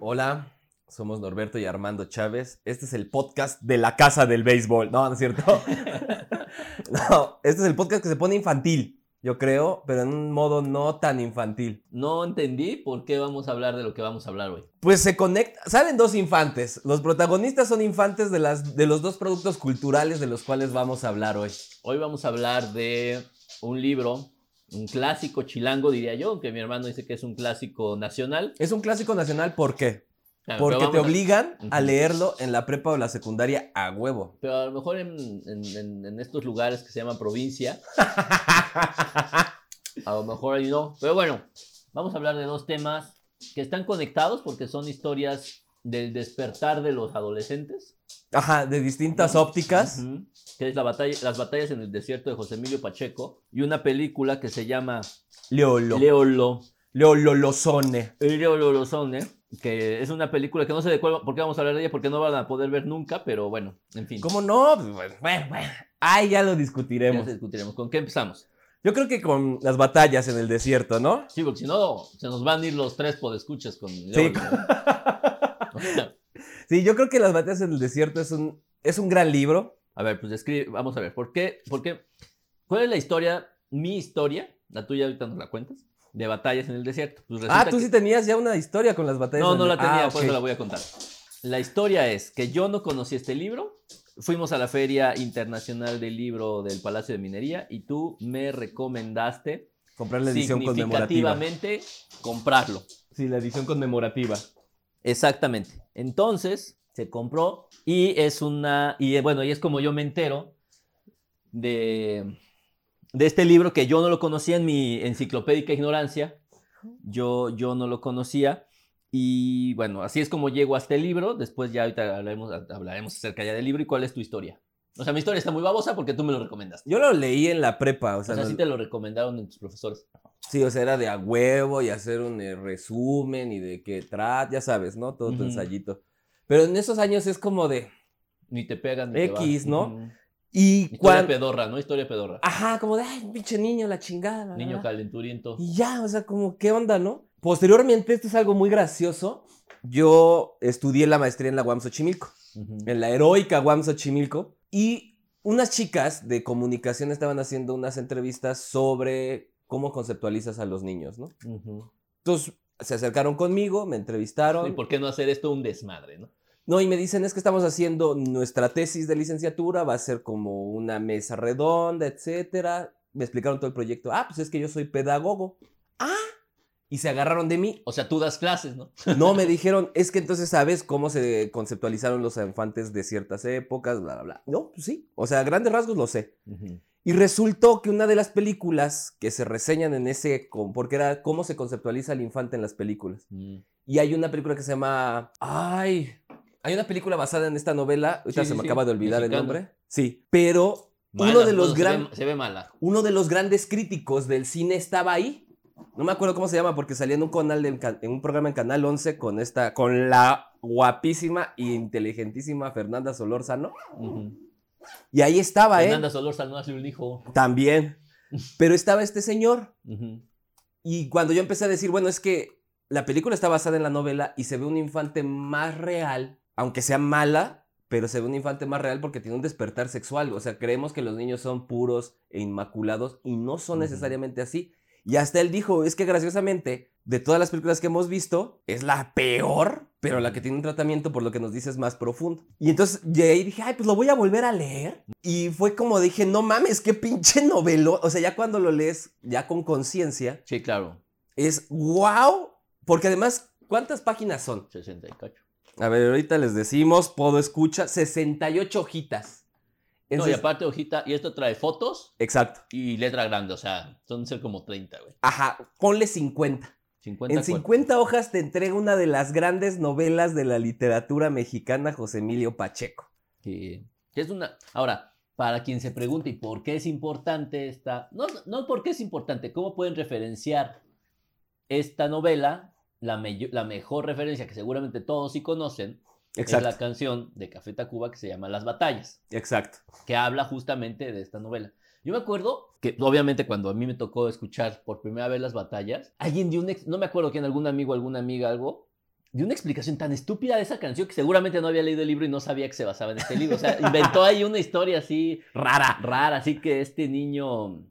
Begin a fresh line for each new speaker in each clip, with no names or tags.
Hola, somos Norberto y Armando Chávez. Este es el podcast de la Casa del Béisbol. No, no es cierto. no, este es el podcast que se pone infantil, yo creo, pero en un modo no tan infantil.
No entendí por qué vamos a hablar de lo que vamos a hablar hoy.
Pues se conecta, salen dos infantes. Los protagonistas son infantes de, las, de los dos productos culturales de los cuales vamos a hablar hoy.
Hoy vamos a hablar de un libro, un clásico chilango, diría yo, aunque mi hermano dice que es un clásico nacional.
Es un clásico nacional, ¿por qué?
Claro, pero
Porque
vamos
te
a-
obligan
Ujú.
a leerlo en la prepa o la secundaria a huevo.
Pero a lo mejor en, en- en- en estos lugares que se llaman provincia, a lo mejor ahí no. Pero bueno, vamos a hablar de dos temas que están conectados porque son historias del despertar de los adolescentes,
Ajá, de distintas
Ujú.
ópticas.
Ujú. que es la batalla, las batallas en el desierto de José Emilio Pacheco, y una película que se llama
Leolo.
Leolo.
Leololozone.
Leo Lorozone, que es una película que no sé de cuál, por qué vamos a hablar de ella, porque no van a poder ver nunca, pero bueno, en fin.
¿Cómo no? Bueno, bueno. Ahí ya lo
Ya
discutiremos.
discutiremos. ¿Con qué empezamos?
Yo creo que con las batallas en el desierto, ¿no?
Sí, porque si no, se nos van a ir los tres podescuchas con Leo
Sí.
Lorozone. O sea,
Sí, yo creo que las batallas en el desierto es un, es un gran libro.
a ver, pues escribe, vamos a ver, ¿por qué, por qué- ¿Cuál es la historia, mi historia, la tuya ahorita nos la cuentas, de batallas en el desierto? Pues resulta
ah, tú
que-
sí tenías ya una historia con las batallas.
No,
en
no
el-
la tenía,
Ah,
por
ok.
eso la voy a contar. La historia es que yo no conocí este libro. Fuimos a la Feria Internacional del Libro del Palacio de Minería y tú me recomendaste
Comprar la edición conmemorativa.
significativamente comprarlo.
Sí, la edición conmemorativa.
Exactamente. Entonces se compró y es una. Y eh, bueno, y es como yo me entero de, de este libro que yo no lo conocía en mi enciclopédica ignorancia. Yo, yo no lo conocía. Y bueno, así es como llego a este libro. Después ya ahorita hablaremos, hablaremos acerca ya del libro y cuál es tu historia. O sea, mi historia está muy babosa porque tú me lo recomendaste.
Yo lo leí en la prepa, o
O
sea,
sea,
no-
sí te lo recomendaron en tus profesores.
sí, o sea, era de a huevo y hacer un eh, resumen y de qué trata, ya sabes, ¿no? Todo tu
Ujú.
ensayito. Pero en esos años es como de,
Ni te pegan. Ni te va.
X, ¿no?
Ujú.
¿y
Historia
cuál?
pedorra, ¿no? Historia pedorra.
Ajá, como de, ay, pinche niño, la chingada. la
Niño
verdad".
calenturiento.
Y ya, o sea, como, ¿qué onda, no? Posteriormente, esto es algo muy gracioso. Yo estudié la maestría en la UAM Xochimilco,
Ujú.
en la heroica UAM Xochimilco, y unas chicas de comunicación estaban haciendo unas entrevistas sobre cómo conceptualizas a los niños, ¿no?
Ujú.
Entonces, se acercaron conmigo, me entrevistaron.
¿Y por qué no hacer esto un desmadre, no?
No, y me dicen, es que estamos haciendo nuestra tesis de licenciatura, va a ser como una mesa redonda, etcétera. Me explicaron todo el proyecto. Ah, pues es que yo soy pedagogo. Ah, y se agarraron de mí.
O sea, tú das clases, ¿no?
No, me dijeron, es que entonces sabes cómo se conceptualizaron los infantes de ciertas épocas, bla, bla, bla. No, pues sí. O sea, a grandes rasgos lo sé. Y resultó que una de las películas que se reseñan en ese, con- porque era cómo se conceptualiza el infante en las películas.
Mm.
Y hay una película que se llama. ¡Ay! Hay una película basada en esta novela. Ahorita
Sí,
se
sí,
me
sí.
acaba de olvidar
Mexicana.
el nombre. Sí. Pero uno,
Mala,
de los
bueno, se
gran-
ve- Se ve mala.
uno de los grandes críticos del cine estaba ahí. No me acuerdo cómo se llama, porque salía en un canal de- en can- en un programa en Canal 11 con esta, con la guapísima e inteligentísima Fernanda Solórzano.
Ujú.
Y ahí estaba, ¿eh?
Fernanda Solórzano no hace un hijo.
También. Pero estaba este señor.
Ujú.
Y cuando yo empecé a decir, bueno, es que la película está basada en la novela y se ve un infante más real, aunque sea mala, pero se ve un infante más real porque tiene un despertar sexual. O sea, creemos que los niños son puros e inmaculados y no son
Ujú.
necesariamente así. Y hasta él dijo, es que graciosamente, de todas las películas que hemos visto, es la peor, pero la que tiene un tratamiento por lo que nos dice es más profundo. Y entonces de ahí dije, ay, pues lo voy a volver a leer. Y fue como dije, no mames, qué pinche novelo. O sea, ya cuando lo lees, ya con conciencia,
Sí, claro.
es wow, porque además, ¿cuántas páginas son?
60 y cacho.
A ver, ahorita les decimos, Podo escucha, 68 hojitas.
No,
Ese
y
es-
aparte, hojita, y esto trae fotos
Exacto.
y letra grande, o sea, son ser como 30, güey.
Ajá, ponle 50.
50
en 50 hojas te entrega una de las grandes novelas de la literatura mexicana, José Emilio Pacheco.
Que, que es una. Ahora, para quien se pregunte, ¿y por qué es importante esta.? No, no, ¿por qué es importante? ¿Cómo pueden referenciar esta novela? La, mello- la mejor referencia que seguramente todos sí conocen es la canción de Café Tacuba que se llama Las Batallas,
exacto.
que habla justamente de esta novela. Yo me acuerdo que, obviamente, cuando a mí me tocó escuchar por primera vez Las Batallas, alguien dio un. ex- No me acuerdo quién, algún amigo, alguna amiga, algo, de una explicación tan estúpida de esa canción que seguramente no había leído el libro y no sabía que se basaba en este libro. O sea, inventó ahí una historia así
Rara.
rara, así que este niño,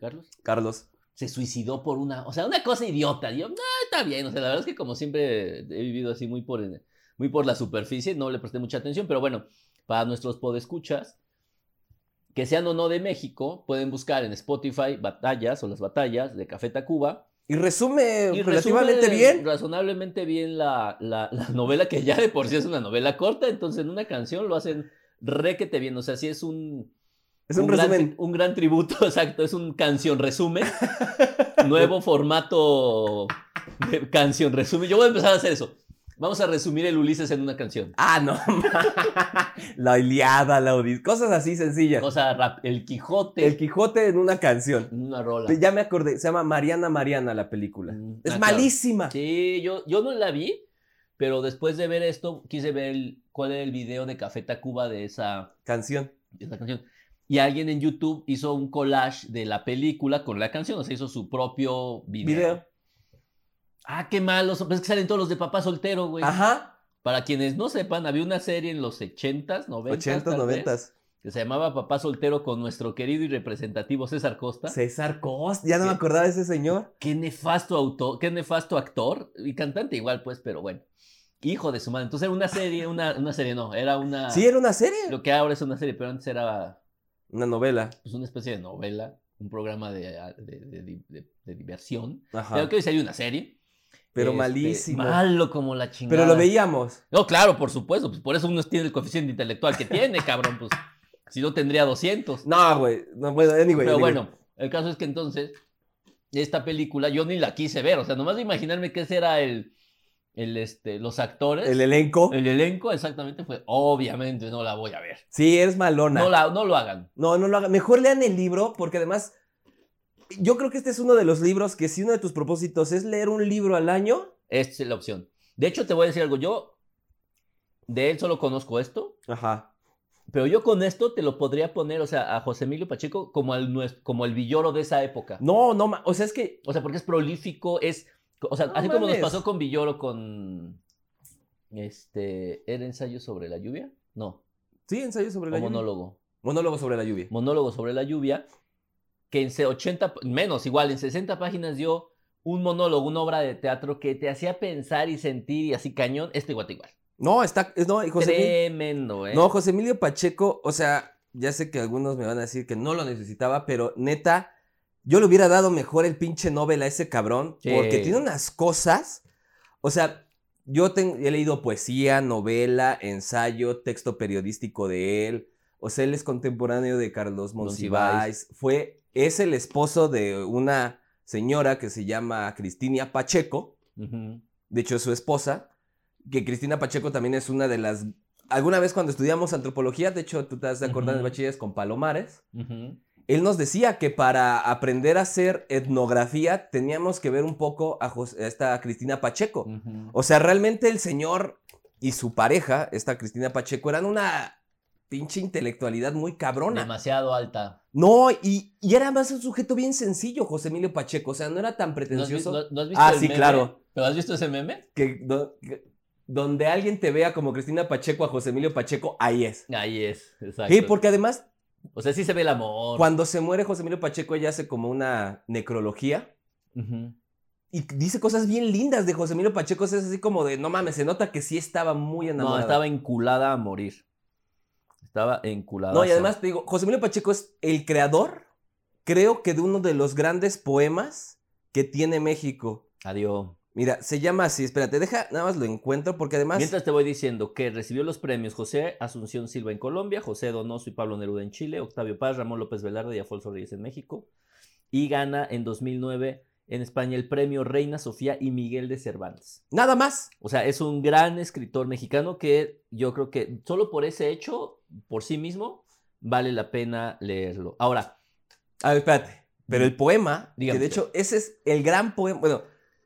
Carlos,
Carlos.
se suicidó por una, o sea, una cosa idiota. Y yo, no, está bien, o sea, la verdad es que como siempre he vivido así muy por, en- muy por la superficie, no le presté mucha atención, pero bueno, para nuestros podescuchas, que sean o no de México, pueden buscar en Spotify batallas o las batallas de Café Tacuba.
Y resume
Y
relativamente
resume
bien.
Razonablemente bien la, la- la novela, que ya de por sí es una novela corta, entonces en una canción lo hacen requete bien, o sea, sí es un...
Es un,
gran
resumen.
tri- un gran tributo, exacto, es un canción resumen, nuevo formato de canción resumen. Yo voy a empezar a hacer eso. Vamos a resumir el Ulises en una canción.
Ah, no. la Iliada, la Odisea. Cosas así sencillas.
Cosa rap, el Quijote,
El Quijote en una canción.
en una rola.
Ya me acordé. Se llama Mariana Mariana la película.
Mm,
Es
ah, claro.
malísima.
Sí, yo, yo no la vi, pero después de ver esto quise ver el- cuál era el video de Café Tacuba de esa
Canción.
de esa canción. Y alguien en YouTube hizo un collage de la película con la canción, o sea, hizo su propio video.
Video.
Ah, qué malos, son. Pues es que salen todos los de papá soltero, güey.
Ajá.
Para quienes no sepan, había una serie en los 80s, 90s.
80s,
tal vez,
90s.
Que se llamaba Papá Soltero con nuestro querido y representativo César Costa.
César Cost. Ya no
Sí.
me acordaba de ese señor.
Qué nefasto autor, qué nefasto actor y cantante igual, pues, pero bueno. Hijo de su madre. Entonces era una serie, una, una serie no, era una...
Sí, era una serie.
Ah. Lo que ahora es una serie, pero antes era
Una novela.
pues, una especie de novela, un programa de, ah, de, de- de- de- de diversión.
Ajá.
Creo que hoy sería una serie.
Pero
Este,
malísimo.
Malo como la chingada.
Pero lo veíamos.
No, claro, por supuesto. Pues por eso uno tiene el coeficiente intelectual que tiene, cabrón. Pues si no tendría 200.
No, güey. No, bueno, anyway.
Pero
anyway.
bueno, el caso es que entonces, esta película yo ni la quise ver. O sea, nomás de imaginarme que ese era el, el este, los actores.
El elenco.
el elenco, exactamente, fue obviamente no la voy a ver.
Sí, eres malona.
No, la, no lo hagan.
No, no lo hagan. Mejor lean el libro, porque además, yo creo que este es uno de los libros que si uno de tus propósitos es leer un libro al año.
Esta es la opción. De hecho, te voy a decir algo. Yo de él solo conozco esto,
Ajá.
pero yo con esto te lo podría poner, o sea, a José Emilio Pacheco como el, como el villoro de esa época.
No, no, ma- o sea, es que
O sea, porque es prolífico, es. O sea,
No
así como nos
mames.
pasó con Villoro, con. Este. ¿Era ensayo sobre la lluvia? No.
sí, ensayo sobre
O
la lluvia.
monólogo.
Monólogo sobre la lluvia.
Monólogo sobre la lluvia. Que en se- 80. p- Menos, igual, en 60 páginas dio un monólogo, una obra de teatro que te hacía pensar y sentir y así cañón. Este igual, igual.
No, está, es- no, y José Emilio-
Tremendo, ¿eh?
no, José Emilio Pacheco, o sea, ya sé que algunos me van a decir que no lo necesitaba, pero neta, yo le hubiera dado mejor el pinche novela a ese cabrón,
Sí.
porque tiene unas cosas, o sea, yo ten- he leído poesía, novela, ensayo, texto periodístico de él, o sea, él es contemporáneo de Carlos Monsiváis, fue, es el esposo de una señora que se llama Cristina Pacheco,
Ujú.
de hecho es su esposa, que Cristina Pacheco también es una de las... Alguna vez cuando estudiamos antropología, de hecho tú te has de acordar de
Ujú.
bachilleres con Palomares,
Ujú.
él nos decía que para aprender a hacer etnografía teníamos que ver un poco a, Jos- a esta Cristina Pacheco.
Ujú.
O sea, realmente el señor y su pareja, esta Cristina Pacheco, eran una pinche intelectualidad muy cabrona.
Demasiado alta.
No, y, y era más un sujeto bien sencillo, José Emilio Pacheco. O sea, no era tan
¿No has, vi-
pretencioso.
no- no has visto
Ah,
el
sí,
meme?
claro.
¿Pero has visto ese meme?
que, do- que- donde alguien te vea como Cristina Pacheco a José Emilio Pacheco, ahí es.
Ahí es, exacto.
Sí, porque además,
O sea, sí se ve el amor.
cuando se muere José Emilio Pacheco, ella hace como una necrología
Ujú.
y dice cosas bien lindas de José Emilio Pacheco. o sea, Es así como de, no mames, se nota que sí estaba muy enamorada.
No, estaba enculada a morir. Estaba enculada.
No, y además te digo, José Emilio Pacheco es el creador, creo que de uno de los grandes poemas que tiene México.
Adiós.
Mira, se llama así, espérate, deja, nada más lo encuentro porque además...
Mientras te voy diciendo que recibió los premios José Asunción Silva en Colombia, José Donoso y Pablo Neruda en Chile, Octavio Paz, Ramón López Velarde y Afonso Reyes en México, y gana en 2009 en España el premio Reina Sofía y Miguel de Cervantes.
Nada más.
O sea, es un gran escritor mexicano que yo creo que solo por ese hecho, por sí mismo, vale la pena leerlo. Ahora,
A ver, espérate. Pero el poema,
Dígame pues.
que de hecho
usted.
ese es el gran poema. Bueno,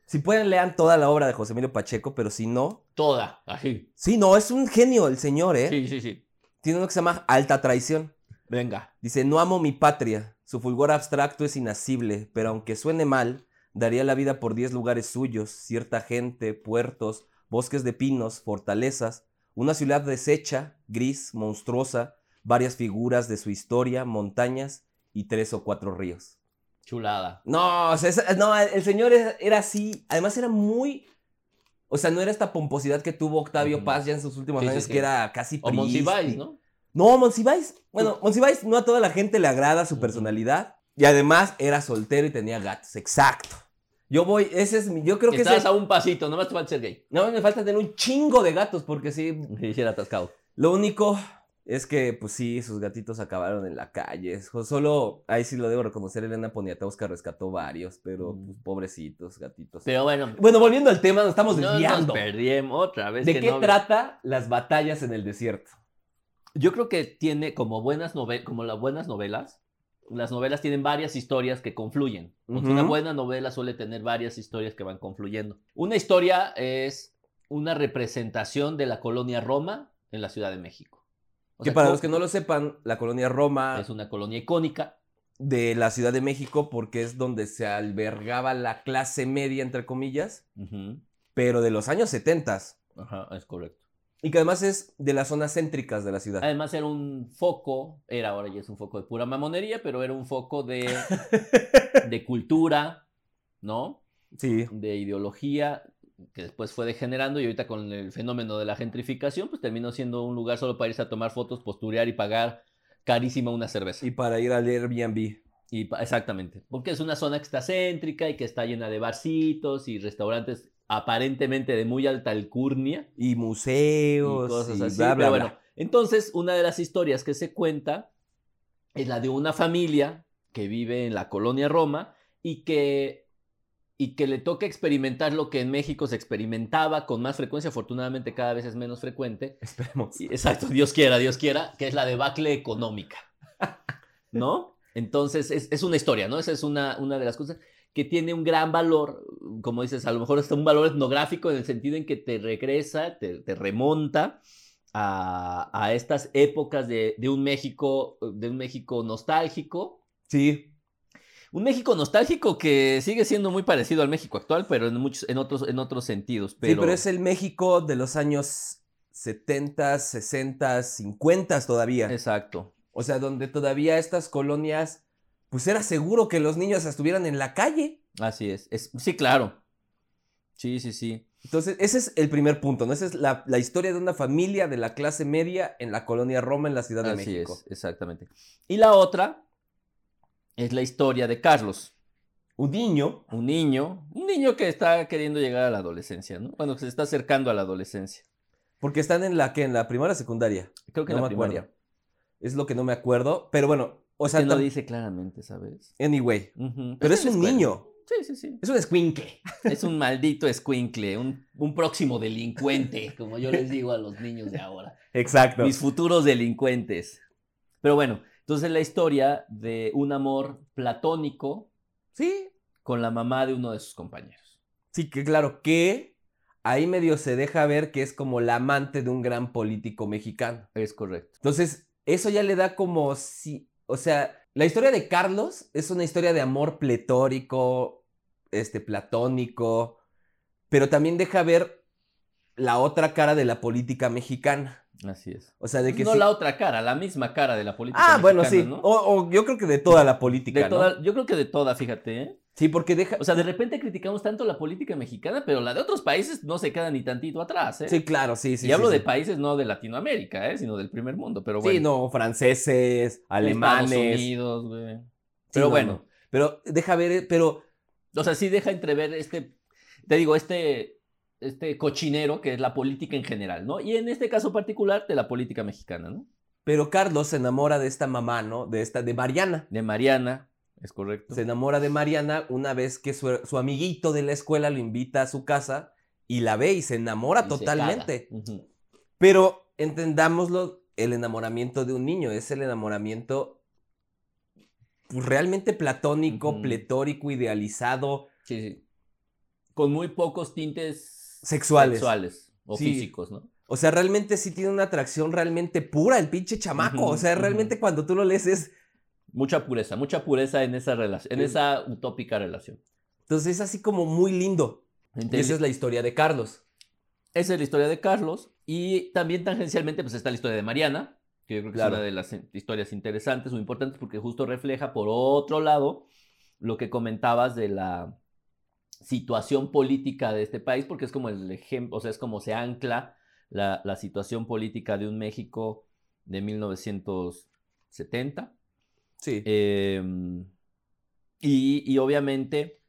si pueden lean toda la obra de José Emilio Pacheco, pero si no.
toda, así.
Sí, no, es un genio el señor, ¿eh?
Sí, sí, sí.
Tiene uno que se llama Alta Traición.
Venga.
Dice, no amo mi patria, su fulgor abstracto es inasible, pero aunque suene mal, daría la vida por diez lugares suyos, cierta gente, puertos, bosques de pinos, fortalezas, una ciudad deshecha, gris, monstruosa, varias figuras de su historia, montañas y tres o cuatro ríos.
Chulada.
No, o sea, esa- no, el señor era era así. Además era muy... O sea, no era esta pomposidad que tuvo Octavio
Ujú.
Paz ya en sus últimos
Sí, sí,
años,
sí.
que era casi
O
priista
Monsiváis,
y-
¿no?
No, Monsiváis. Bueno, Monsiváis no a toda la gente le agrada su
Ujú.
personalidad. Y además era soltero y tenía gatos. Exacto. Yo voy, ese es mi, yo creo que ese
Estás
es...
a un pasito, nomás te falta ser gay.
No, me falta tener un chingo de gatos porque sí,
Y era atascado.
lo único es que, pues sí, sus gatitos acabaron en la calle. Jo- Solo, ahí sí lo debo reconocer, Elena Poniatowska rescató varios, pero
Mm.
pues, pobrecitos gatitos.
Pero bueno,
Bueno, volviendo al tema, nos estamos
no nos
desviando.
perdimos otra vez.
¿De
que
qué
no-
trata las batallas en el desierto?
Yo creo que tiene como buenas novelas, como las buenas novelas. Las novelas tienen varias historias que confluyen. Porque Una
Ujú.
buena novela suele tener varias historias que van confluyendo. Una historia es una representación de la colonia Roma en la Ciudad de México. O
que
sea,
para
co-
los que no lo sepan, la colonia Roma
es una colonia icónica.
de la Ciudad de México, porque es donde se albergaba la clase media, entre comillas,
Ujú,
pero de los años 70
Ajá, es correcto.
y que además es de las zonas céntricas de la ciudad.
Además era un foco, era ahora ya es un foco de pura mamonería, pero era un foco de, de cultura, ¿no?
Sí.
de ideología que después fue degenerando y ahorita con el fenómeno de la gentrificación, pues terminó siendo un lugar solo para irse a tomar fotos, posturear y pagar carísima una cerveza.
Y para ir al Airbnb.
Y pa- exactamente, porque es una zona que está céntrica y que está llena de barcitos y restaurantes aparentemente de muy alta alcurnia
y
y
museos
cosas
y
así.
bla, bla,
pero
bla.
bueno, entonces una de las historias que se cuenta es la de una familia que vive en la colonia Roma y que, y que le toca experimentar lo que en México se experimentaba con más frecuencia, afortunadamente cada vez es menos frecuente.
esperemos.
Y- Exacto, Dios quiera, Dios quiera, que es la debacle económica. ¿No? Entonces es, es una historia, ¿no? Esa es una, una de las cosas que tiene un gran valor, como dices, a lo mejor hasta un valor etnográfico en el sentido en que te regresa, te, te remonta a, a estas épocas de, de un México, de un México nostálgico,
Sí,
un México nostálgico que sigue siendo muy parecido al México actual, pero en muchos, en otros, en otros sentidos. Pero,
sí, pero es el México de los años 70, 60, 50 todavía.
exacto.
O sea, donde todavía estas colonias, pues era seguro que los niños estuvieran en la calle.
Así es. es. Sí, claro. Sí, sí, sí.
Entonces, ese es el primer punto, ¿no? Esa es la, la historia de una familia de la clase media en la colonia Roma, en la Ciudad de
Así
México.
es, exactamente. Y la otra es la historia de Carlos,
Un niño,
un niño, un niño que está queriendo llegar a la adolescencia, ¿no? Bueno, que se está acercando a la adolescencia.
porque están en la que, en la primaria o secundaria.
Creo que
no me
en la primaria.
acuerdo. Es lo que no me acuerdo, pero bueno, o sea,
que no
tam-
dice claramente, ¿sabes?
anyway.
Ujú.
Pero
Está
es
en la
un
escuela.
niño,
Sí, sí, sí.
es un escuinque.
Es un maldito escuincle, un, un próximo delincuente, como yo les digo a los niños de ahora.
Exacto.
Mis futuros delincuentes. Pero bueno, entonces la historia de un amor platónico
Sí,
con la mamá de uno de sus compañeros.
sí, que claro, que ahí medio se deja ver que es como la amante de un gran político mexicano.
Es correcto.
Entonces, eso ya le da como si, o sea, la historia de Carlos es una historia de amor pletórico, este, platónico, pero también deja ver la otra cara de la política mexicana.
Así es.
O sea, de que
no
sí-
la otra cara, la misma cara de la política.
Ah, bueno, sí.
mexicana, ¿no?
O, o yo creo que de toda la política,
De
¿no?
toda- Yo creo que de toda, fíjate. ¿eh?
Sí, porque deja...
O sea, de repente criticamos tanto la política mexicana, pero la de otros países no se queda ni tantito atrás. ¿eh?
Sí, claro, sí, sí.
y
sí,
hablo
sí.
de países no de Latinoamérica, ¿eh? sino del primer mundo. Pero bueno,
Sí, no, franceses,
Estados
alemanes.
Unidos, güey.
Sí,
Pero
no,
bueno,
no. Pero deja ver, eh, pero
O sea, sí deja entrever este, te digo, este, este cochinero que es la política en general, ¿no? Y en este caso particular de la política mexicana, ¿no?
Pero Carlos se enamora de esta mamá, ¿no? De esta, de Mariana.
De Mariana, es correcto.
Se enamora de Mariana una vez que su, su amiguito de la escuela lo invita a su casa y la ve y se enamora
Y se
totalmente.
caga. Ujú.
Pero entendámoslo, el enamoramiento de un niño es el enamoramiento pues, realmente platónico,
Ujú.
pletórico, idealizado,
Sí, sí. Con muy pocos tintes
Sexuales.
o
Sí.
físicos, ¿no?
O sea, realmente sí tiene una atracción realmente pura el pinche chamaco.
Ujú,
o sea,
ujú.
realmente cuando tú lo lees es...
Mucha pureza, mucha pureza en esa relación, en
Sí.
esa utópica relación.
Entonces es así como muy lindo. Y
Entonces,
esa es la historia de Carlos.
Esa es la historia de Carlos. Y también tangencialmente, pues está la historia de Mariana, que yo creo que
Claro.
es una de las eh, historias interesantes o importantes porque justo refleja, por otro lado, lo que comentabas de la situación política de este país, porque es como el ejemplo, o sea, es como se ancla la, la situación política de un México de 1970.
Sí.
Em, y, y obviamente,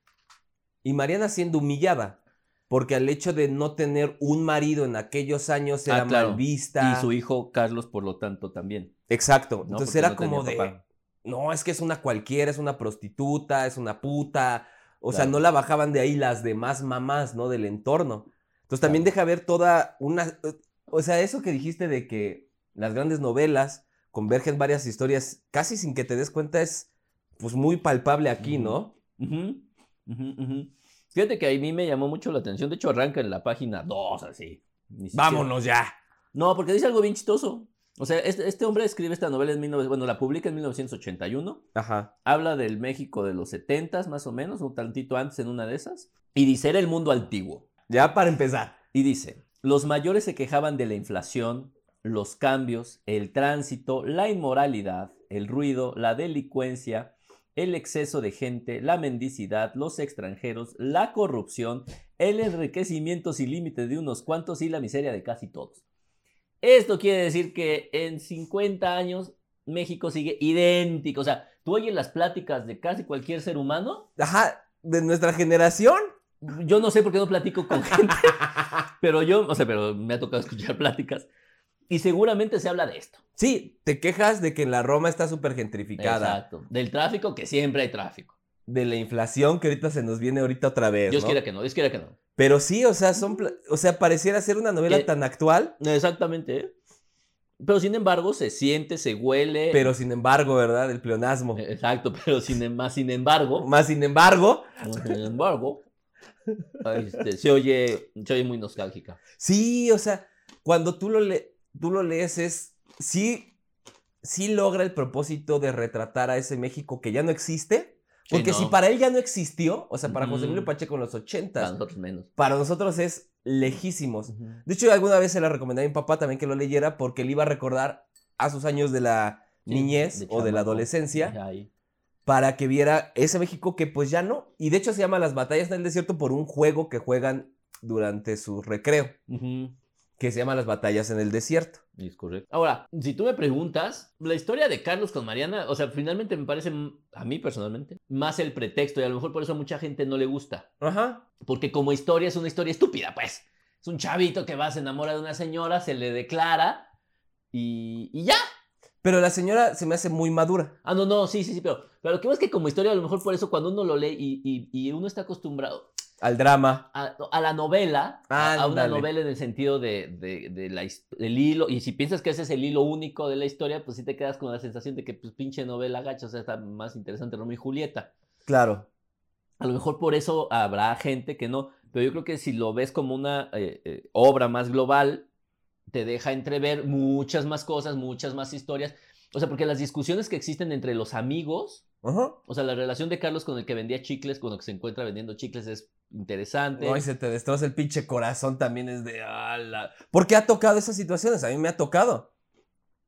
Y Mariana siendo humillada, porque al hecho de no tener un marido en aquellos años
Ah,
era
claro.
mal vista.
y su hijo Carlos, por lo tanto, también.
Exacto.
¿no?
Entonces
Porque
era
no tenía
como de,
papá.
no, es que es una cualquiera, es una prostituta, es una puta. O sea,
Claro.
no la bajaban de ahí las demás mamás, ¿no? Del entorno. Entonces también deja ver toda una... O sea, eso que dijiste de que las grandes novelas convergen varias historias casi sin que te des cuenta es pues muy palpable aquí,
Ujú.
¿no?
Ujú, ujú, ujú. Fíjate que a mí me llamó mucho la atención. De hecho, arranca en la página 2, así. Ni siquiera-
Vámonos ya.
No, porque dice algo bien chistoso. O sea, este, este hombre escribe esta novela en 19... Bueno, la publica en 1981.
Ajá.
Habla del México de los 70s, más o menos, un tantito antes en una de esas. Y dice, era el mundo antiguo.
Ya para empezar.
Y dice, los mayores se quejaban de la inflación, los cambios, el tránsito, la inmoralidad, el ruido, la delincuencia, el exceso de gente, la mendicidad, los extranjeros, la corrupción, el enriquecimiento sin límite de unos cuantos y la miseria de casi todos. Esto quiere decir que en 50 años México sigue idéntico. O sea, tú oyes las pláticas de casi cualquier ser humano
Ajá, de nuestra generación.
yo no sé por qué no platico con gente, pero yo, o sea, pero me ha tocado escuchar pláticas y seguramente se habla de esto.
Sí, te quejas de que en la Roma está súper gentrificada.
Exacto. Del tráfico, que siempre hay tráfico.
De la inflación que ahorita se nos viene ahorita otra vez.
Dios
¿no?
quiera que no, Dios quiera que no.
Pero sí, o sea, son pla- o sea, pareciera ser una novela
Que-
tan actual,
Exactamente. ¿eh? Pero sin embargo, se siente, se huele. E,
pero sin embargo, ¿verdad? El pleonasmo.
Exacto, pero sin, em- más sin embargo,
Más sin embargo,
más sin embargo, este, se, oye, se oye muy nostálgica.
sí, o sea, cuando tú lo, le- tú lo lees es, sí, sí logra el propósito de retratar a ese México que ya no existe,
Sí,
porque
¿no?
si para él ya no existió, o sea, para José
Ujú.
Emilio Pacheco en los ochentas,
Para nosotros menos.
para nosotros es lejísimos. De hecho, alguna vez se la recomendé a mi papá también que lo leyera porque le iba a recordar a sus años de la
Sí,
niñez
de
o de
chamaco.
la adolescencia
Ahí.
para que viera ese México que pues ya no. Y de hecho se llama Las batallas en el desierto por un juego que juegan durante su recreo,
Ujú.
que se llama Las batallas en el desierto.
Es correcto. Ahora, si tú me preguntas, la historia de Carlos con Mariana, o sea, finalmente me parece, m- a mí personalmente, más el pretexto y a lo mejor por eso a mucha gente no le gusta.
Ajá.
Porque como historia es una historia estúpida, pues. Es un chavito que va, se enamora de una señora, se le declara y, y ya.
Pero la señora se me hace muy madura.
Ah, no, no, sí, sí, sí, pero, pero lo que pasa es que como historia a lo mejor por eso cuando uno lo lee y, y- y uno está acostumbrado
Al drama.
a, a la novela, a, a una
Ándale.
novela en el sentido de, de- de la, his- del hilo, y si piensas que ese es el hilo único de la historia, pues sí te quedas con la sensación de que pues pinche novela gacha, o sea, está más interesante Romeo y Julieta.
Claro.
A lo mejor por eso habrá gente que no, pero yo creo que si lo ves como una eh, eh, obra más global, te deja entrever muchas más cosas, muchas más historias. O sea, porque las discusiones que existen entre los amigos,
Ajá.
o sea, la relación de Carlos con el que vendía chicles, con el que se encuentra vendiendo chicles es interesante.
No, y se te destroza el pinche corazón también es de... ala. Porque ha tocado esas situaciones, a mí me ha tocado.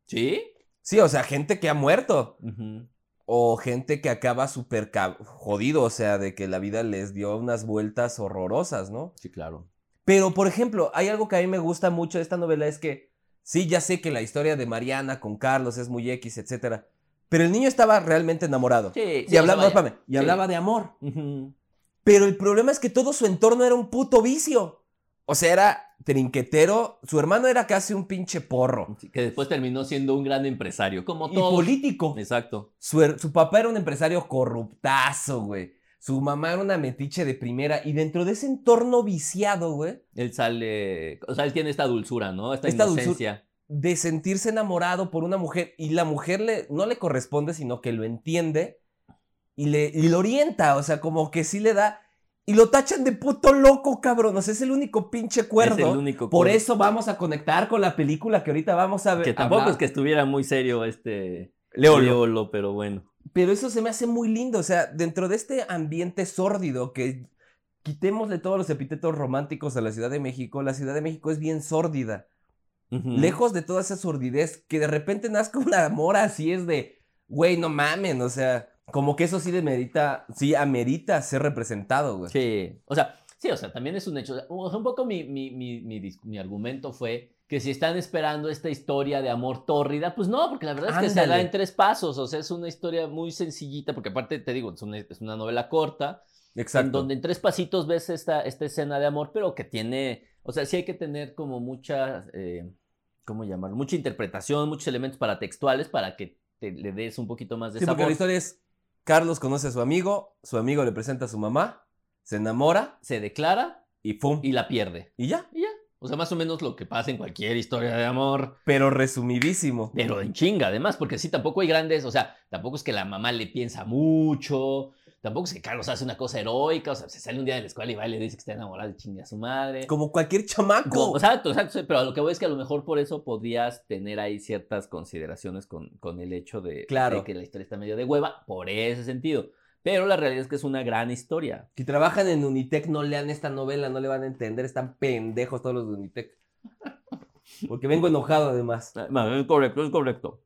¿Sí?
Sí, o sea, gente que ha muerto.
Ujú.
O gente que acaba súper ca- jodido, o sea, de que la vida les dio unas vueltas horrorosas, ¿no?
Sí, claro.
Pero, por ejemplo, hay algo que a mí me gusta mucho de esta novela, es que sí, ya sé que la historia de Mariana con Carlos es muy X, etcétera, pero el niño estaba realmente enamorado.
Sí,
y hablaba,
más
espérame, y hablaba de amor.
Ujú.
Pero el problema es que todo su entorno era un puto vicio. O sea, era trinquetero, su hermano era casi un pinche porro.
Sí, Que después terminó siendo un gran empresario, como
Y
todo.
político.
Exacto.
Su, her- su papá era un empresario corruptazo, güey. Su mamá era una metiche de primera. Y dentro de ese entorno viciado, güey,
Él sale, o sea, él tiene esta dulzura, ¿no? Esta,
Esta dulzura.
inocencia.
de sentirse enamorado por una mujer y la mujer le, no le corresponde, sino que lo entiende y, le, y lo orienta, o sea, como que sí le da. Y lo tachan de puto loco, cabrón. O sea, es el único pinche cuerdo.
Es el único
Por
cuerdo.
eso vamos a conectar con la película que ahorita vamos a ver.
Que tampoco
hablar.
es que estuviera muy serio este
Leolo.
Leolo, pero bueno.
Pero eso se me hace muy lindo. O sea, dentro de este ambiente sórdido que quitémosle todos los epítetos románticos a la Ciudad de México. La Ciudad de México es bien sórdida.
Ujú.
Lejos de toda esa sordidez, que de repente nazca un amor así es de, güey, no mamen, o sea, como que eso sí demerita, sí amerita ser representado, güey.
Sí, o sea, sí, o sea, también es un hecho. O sea, o sea, un poco mi, mi, mi, mi, dis- mi argumento fue que si están esperando esta historia de amor tórrida, pues no, porque la verdad es que se da
Ándale.
en tres pasos, o sea, es una historia muy sencillita, porque aparte te digo, es una, es una novela corta, en
Exacto.
donde en tres pasitos ves esta, esta escena de amor, pero que tiene, o sea, sí hay que tener como mucha, eh, ¿cómo llamarlo? Mucha interpretación, muchos elementos paratextuales para que te, le des un poquito más de
Sí, porque
sabor.
la historia es, Carlos conoce a su amigo, su amigo le presenta a su mamá, se enamora
Se declara
y ¡pum!
y la pierde.
y ya.
Y ya. O sea, más o menos lo que pasa en cualquier historia de amor,
Pero resumidísimo.
pero en chinga, además, porque sí, tampoco hay grandes, o sea, tampoco es que la mamá le piensa mucho, tampoco es que Carlos hace una cosa heroica, o sea, se sale un día de la escuela y va y le dice que está enamorado de chinga a su madre.
Como cualquier chamaco.
Como- Exacto, exacto, pero a lo que voy es que a lo mejor por eso podrías tener ahí ciertas consideraciones con, con el hecho de,
Claro.
de que la historia está medio de hueva, por ese sentido. Pero la realidad es que es una gran historia.
Si trabajan en Unitec, no lean esta novela, no le van a entender, están pendejos todos los de Unitec. Porque vengo enojado además.
Ah, Es correcto, es correcto.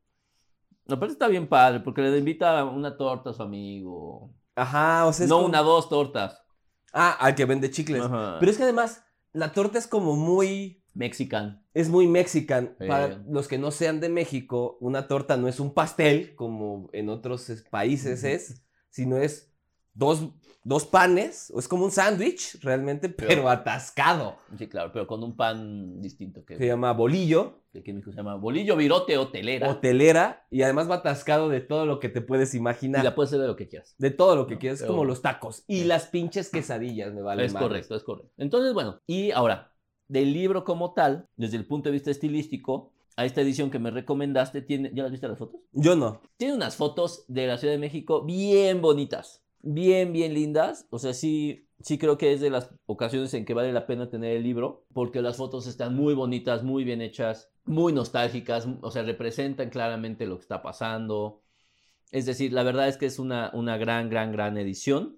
Aparte está bien padre, porque le invita una torta a su amigo.
Ajá, o sea, Pues es
no
como-
una, dos tortas.
Ah, al que vende chicles.
Ajá.
Pero es que además, la torta es como muy...
Mexican.
Es muy mexican.
Sí.
Para los que no sean de México, una torta no es un pastel, como en otros es- países
Ujú.
es, sino es dos, dos panes, o es como un sándwich realmente, pero atascado.
Sí, claro, pero con un pan distinto que,
Se llama bolillo,
que aquí en México se llama bolillo, virote o telera.
hotelera y además va atascado de todo lo que te puedes
y
imaginar.
la puedes hacer de lo que quieras.
De todo lo que
No,
quieras,
pero-
como los tacos y
Sí.
las pinches quesadillas, me vale.
es
madre.
correcto, es correcto. Entonces, bueno, y ahora, del libro como tal, desde el punto de vista estilístico, a esta edición que me recomendaste, tiene, ¿ya las viste las fotos?
Yo no.
Tiene unas fotos de la Ciudad de México bien bonitas, bien, bien lindas. O sea, sí, sí creo que es de las ocasiones en que vale la pena tener el libro, porque las fotos están muy bonitas, muy bien hechas, muy nostálgicas, o sea, representan claramente lo que está pasando. Es decir, la verdad es que es una, una gran, gran, gran edición.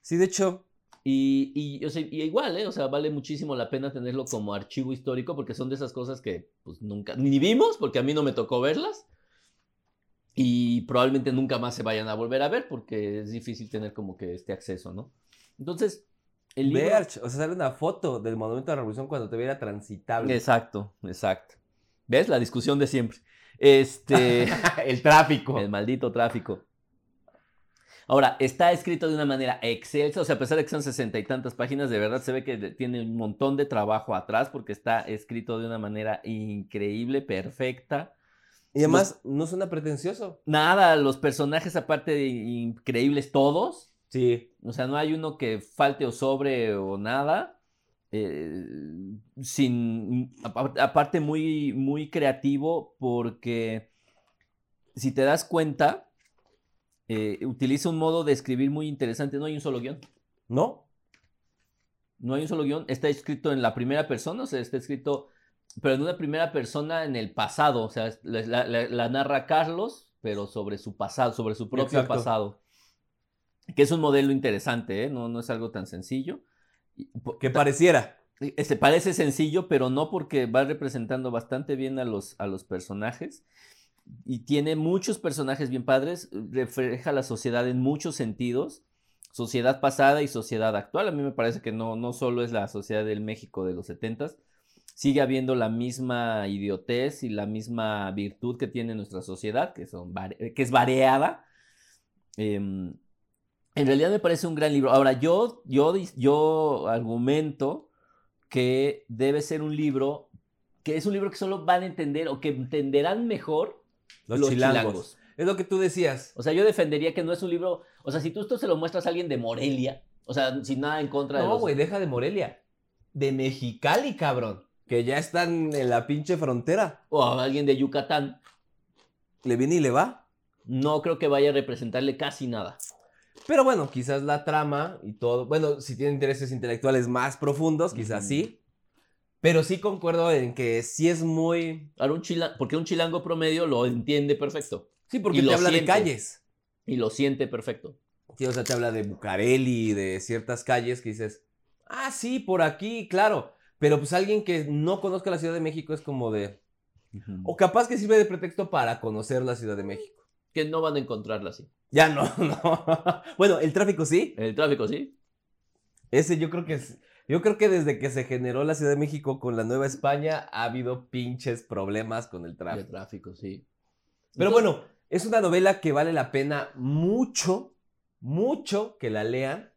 Sí, de hecho,
Y, y, o sea, y igual, ¿eh? O sea, vale muchísimo la pena tenerlo como archivo histórico porque son de esas cosas que pues nunca, ni vimos porque a mí no me tocó verlas y probablemente nunca más se vayan a volver a ver porque es difícil tener como que este acceso, ¿no? Entonces, el libro...
Verge, o sea, sale una foto del Monumento de la Revolución cuando te viera transitable.
Exacto, exacto. ¿Ves? La discusión de siempre. Este...
el tráfico.
El maldito tráfico. Ahora, está escrito de una manera excelsa, o sea, a pesar de que son sesenta y tantas páginas, de verdad se ve que tiene un montón de trabajo atrás porque está escrito de una manera increíble, perfecta.
Y además, no suena pretencioso.
Nada, los personajes aparte de increíbles todos,
Sí.
o sea, no hay uno que falte o sobre o nada. eh, sin apar- aparte muy muy creativo porque si te das cuenta eh, utiliza un modo de escribir muy interesante no hay un solo guión
¿No?
no hay un solo guión está escrito en la primera persona o sea está escrito pero en una primera persona en el pasado o sea es- la, la- la- la narra Carlos pero sobre su pasado sobre su propio
Exacto.
pasado que es un modelo interesante ¿eh? no no es algo tan sencillo Y po-
Que pareciera.
este, parece sencillo, pero no porque va representando bastante bien a los, a los personajes. Y tiene muchos personajes bien padres, refleja la sociedad en muchos sentidos, sociedad pasada y sociedad actual. A mí me parece que no, no solo es la sociedad del México de los 70s, sigue habiendo la misma idiotez y la misma virtud que tiene nuestra sociedad, que, son, vari- que es variada. Em, en realidad me parece un gran libro. Ahora, yo, yo, dis- yo argumento que debe ser un libro, que es un libro que solo van a entender o que entenderán mejor
Los,
los,
chilangos.
chilangos.
Es lo que tú decías.
O sea, yo defendería que no es un libro, o sea, si tú esto se lo muestras a alguien de Morelia, o sea, sin nada en contra de
No,
los...
güey, deja de Morelia. De Mexicali, cabrón. Que ya están en la pinche frontera.
o a alguien de Yucatán,
Le viene y le va.
no creo que vaya a representarle casi nada.
Pero bueno, quizás la trama y todo. Bueno, si tiene intereses intelectuales más profundos, quizás
Ujú.
sí. Pero sí concuerdo en que sí es muy.
Ahora, un chila- porque un chilango promedio lo entiende perfecto
Sí, porque
Y
te
lo
habla de
siente.
calles.
y lo siente perfecto.
Sí, o sea, te habla de Bucareli, de ciertas calles que dices, ah, sí, por aquí, claro. Pero pues alguien que no conozca la Ciudad de México es como de...
Ujú.
O capaz que sirve de pretexto para conocer la Ciudad de México.
Que no van a encontrarla así.
Ya no, no. Bueno, el tráfico sí.
El tráfico, sí.
Ese yo creo que es... Yo creo que desde que se generó la Ciudad de México con la Nueva España ha habido pinches problemas con el
El
tráfico.
tráfico, sí.
Pero bueno, es una novela que vale la pena mucho, mucho que la lean.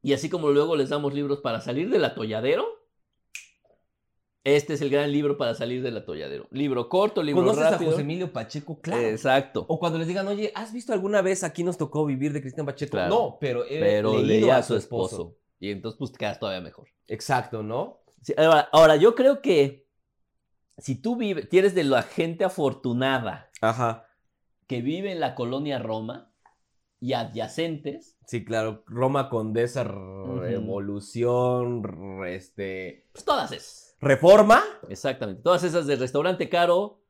Y así como luego les damos libros para salir del atolladero, este es el gran libro para salir del atolladero. Libro corto, libro
¿Conoces
rápido.
a José Emilio Pacheco? Claro.
Exacto.
O cuando les digan, oye, ¿has visto alguna vez aquí nos tocó vivir de Cristian Pacheco?
Claro.
No, pero, he
Pero
leído
leía a su esposo. Y entonces pues te quedas todavía mejor.
Exacto, ¿no?
Sí, ahora, ahora, yo creo que si tú vives, tienes de la gente afortunada
Ajá.
que vive en la colonia Roma y adyacentes,
Sí, claro. Roma Condesa, Revolución, r- este...
pues todas esas.
¿Reforma?
Exactamente. Todas esas de restaurante caro,